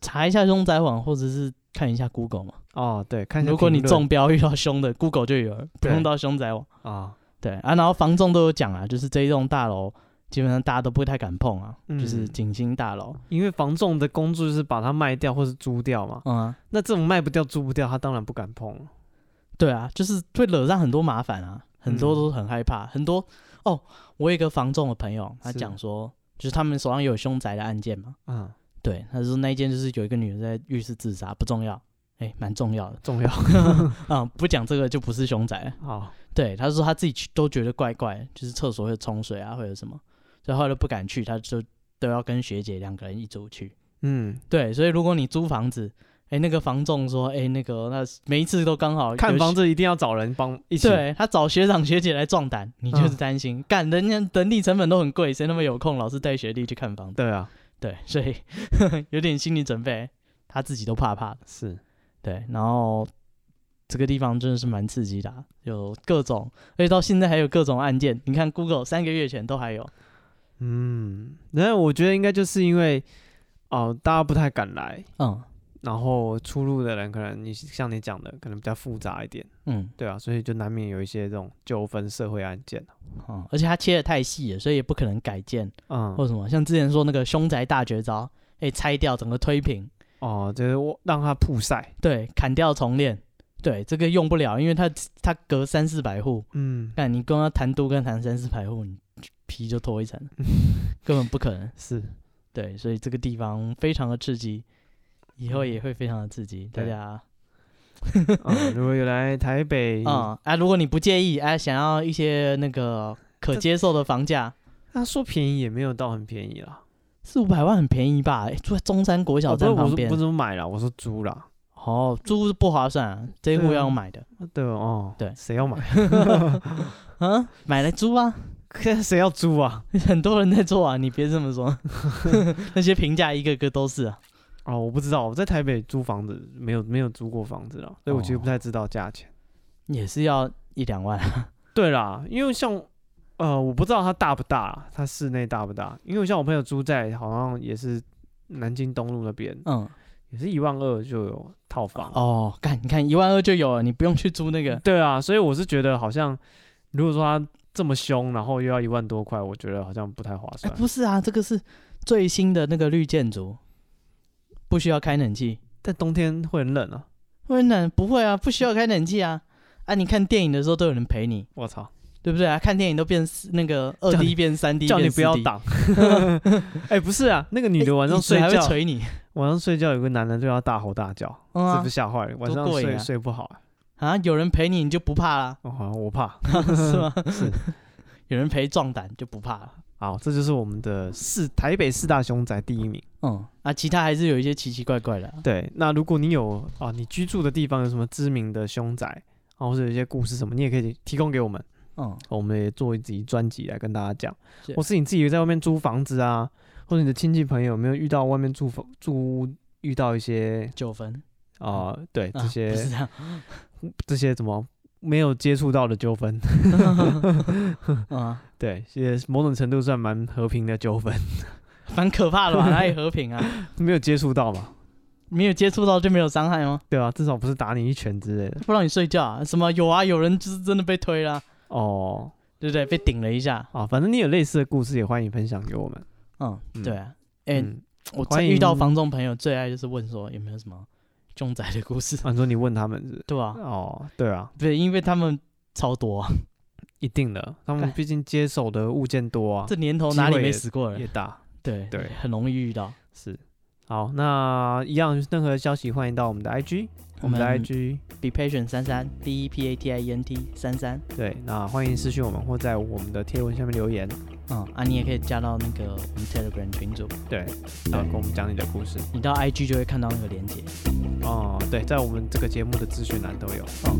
查一下凶宅网或者是看一下 Google 嘛，
哦，对，看一下
如果你
评论
中标遇到凶的，Google 就有了，不
对
用到凶宅网。
啊，
对啊，然后房仲都有讲啊，就是这一栋大楼基本上大家都不太敢碰啊，
嗯
就是景星大楼，嗯
因为房仲的工作就是把它卖掉或是租掉嘛，
嗯、啊，
那这种卖不掉、租不掉，他当然不敢碰了。
对啊，就是会惹上很多麻烦啊，很多
嗯
都很害怕，很多哦，我有一个房仲的朋友，他
是
讲说，就是他们手上也有凶宅的案件嘛，
嗯，
对，他说那一件就是有一个女人在浴室自杀，不重要，哎，蛮重要的，
重要。
(laughs) 嗯，不讲这个就不是凶宅了，
好，
对，他说他自己去都觉得怪怪的，就是厕所会冲水啊，会有什么，所以后来都不敢去，他就都要跟学姐两个人一组去。
嗯，
对，所以如果你租房子，哎、那个房仲说，哎、那个那每一次都刚好
看
有
房
学，
子一定要找人帮一起。
对他找学长学姐来壮胆，你就是
嗯
担心，干、人家人力成本都很贵，谁那么有空老是带学弟去看房子？
对啊，
对，所以 (laughs) 有点心理准备，他自己都怕怕的。
是，
对，然后这个地方真的是蛮刺激的啊、有各种，而且到现在还有各种案件，你看 Google 三个月前都还有，
嗯，然后我觉得应该就是因为哦、大家不太敢来，
嗯
然后出入的人可能你像你讲的，可能比较复杂一点，
嗯
对啊，所以就难免有一些这种纠纷、社会案件啊
嗯，而且他切的太细了，所以也不可能改建。或
嗯，
什么，像之前说那个凶宅大绝招，哎、拆掉整个推平，
哦，就是我让他曝晒，
对，砍掉重练，对，这个用不了，因为它它隔三四百户， (laughs)
嗯，
但你跟他谈都跟谈三四百户，你皮就脱一层，
(laughs)
根本不可能。
是，
对，所以这个地方非常的刺激，以后也会非常的刺激，大
对
家啊
嗯，如果有来台北，啊、
啊、啊，如果你不介意，哎、想要一些那个可接受的房价。
那说便宜也没有到很便宜啦，
四五百万很便宜吧？哎住在中山国小
哦不是
站
我
旁
说
边
不。是买啦，我说租啦，
哦，租不划算、啊，这一户
对啊
要买的。 (laughs)
对哦，
对
谁要买？ (laughs)
嗯，买来租啊，
谁要租啊？
(laughs) 很多人在做啊，你别这么 (laughs) 说，那些评价一个个都是啊。
哦，我不知道，我在台北租房子没有没有租过房子啦，所以我其实
哦
不太知道价钱。
也是要一两万啊，
对啦，因为像呃，我不知道它大不大，它室内大不大，因为像我朋友租在好像也是南京东路那边，
(laughs) 嗯，
也是一万二就有套房。
哦，干，你看一万二就有了，你不用去租那个，
对啊，所以我是觉得好像如果说它这么凶，然后又要一万多块，我觉得好像不太划
哎、
算。
不是啊，这个是最新的那个绿建筑，不需要开冷气，
但冬天会很冷啊！
会冷不会啊，不需要开冷气啊，啊，你看电影的时候都有人陪你，
我操，
对不对啊？看电影都变四那 (laughs) 个二
叫
D
你
变三 D，
叫你
变
不要
4D，
挡。 (laughs) 哎、不是啊，那个女的晚上
椅子
睡
还
觉
会，捶 (laughs) 你，
晚上睡觉有个男的对她大吼大叫，
嗯
是
啊
不是吓坏了？晚上
过瘾
睡
啊
睡不好、啊。
啊，有人陪你你就不怕 (laughs) 啦，
哦，好像我怕。
是吗？
是，
(laughs) 有人陪壮胆就不怕了。
好，这就是我们的四台北四大凶宅第一名。
嗯，啊，其他还是有一些奇奇怪怪的、啊。
对，那如果你有啊，你居住的地方有什么知名的凶宅啊，或者有一些故事什么，你也可以提供给我们，
嗯，
我们也做一集专辑来跟大家讲。
是
或是你自己在外面租房子啊，或者你的亲戚朋友有没有遇到外面住房住遇到一些
九分
啊、对
啊
这些、
不是这样。
这些怎么没有接触到的纠纷， (laughs)
嗯啊，
对，也某种程度算蛮和平的纠纷， (laughs)
蛮可怕的吧？哪里和平啊？ (laughs)
没有接触到嘛，
没有接触到就没有伤害吗？
对啊，至少不是打你一拳之类的。
不让你睡觉、啊？什么有啊？有人就是真的被推啦、
哦，
对不对？被顶了一下。
啊，反正你有类似的故事，也欢迎分享给我们。
嗯，
嗯
对啊。哎、
嗯，
我
欢迎
遇到房东朋友最爱就是问说有没有什么凶宅的故事， (laughs)
啊，你说你问他们是不是
对啊，
哦，对啊，
对，因为他们超多、
(laughs)
啊，
一定的，他们
干
毕竟接手的物件多啊
这，年头
机
哪里
会
没
也
死过人
也？大
对
对
很容易遇到。
是。好，那一样任何消息欢迎到我们的 IG，我们的 IG
Be patient 三三 B E P A T I E N T 三三。
对，那欢迎私讯我们或在我们的贴文下面留言，
嗯啊，你也可以加到那个我们 Telegram 群组，
对，然后跟我们讲你的故事。
你到 IG 就会看到那个链接。
哦，对，在我们这个节目的资讯栏都有。
哦，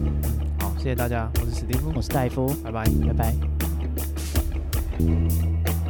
好，谢谢大家，我是史蒂夫
我，是戴夫，
拜拜。
拜拜。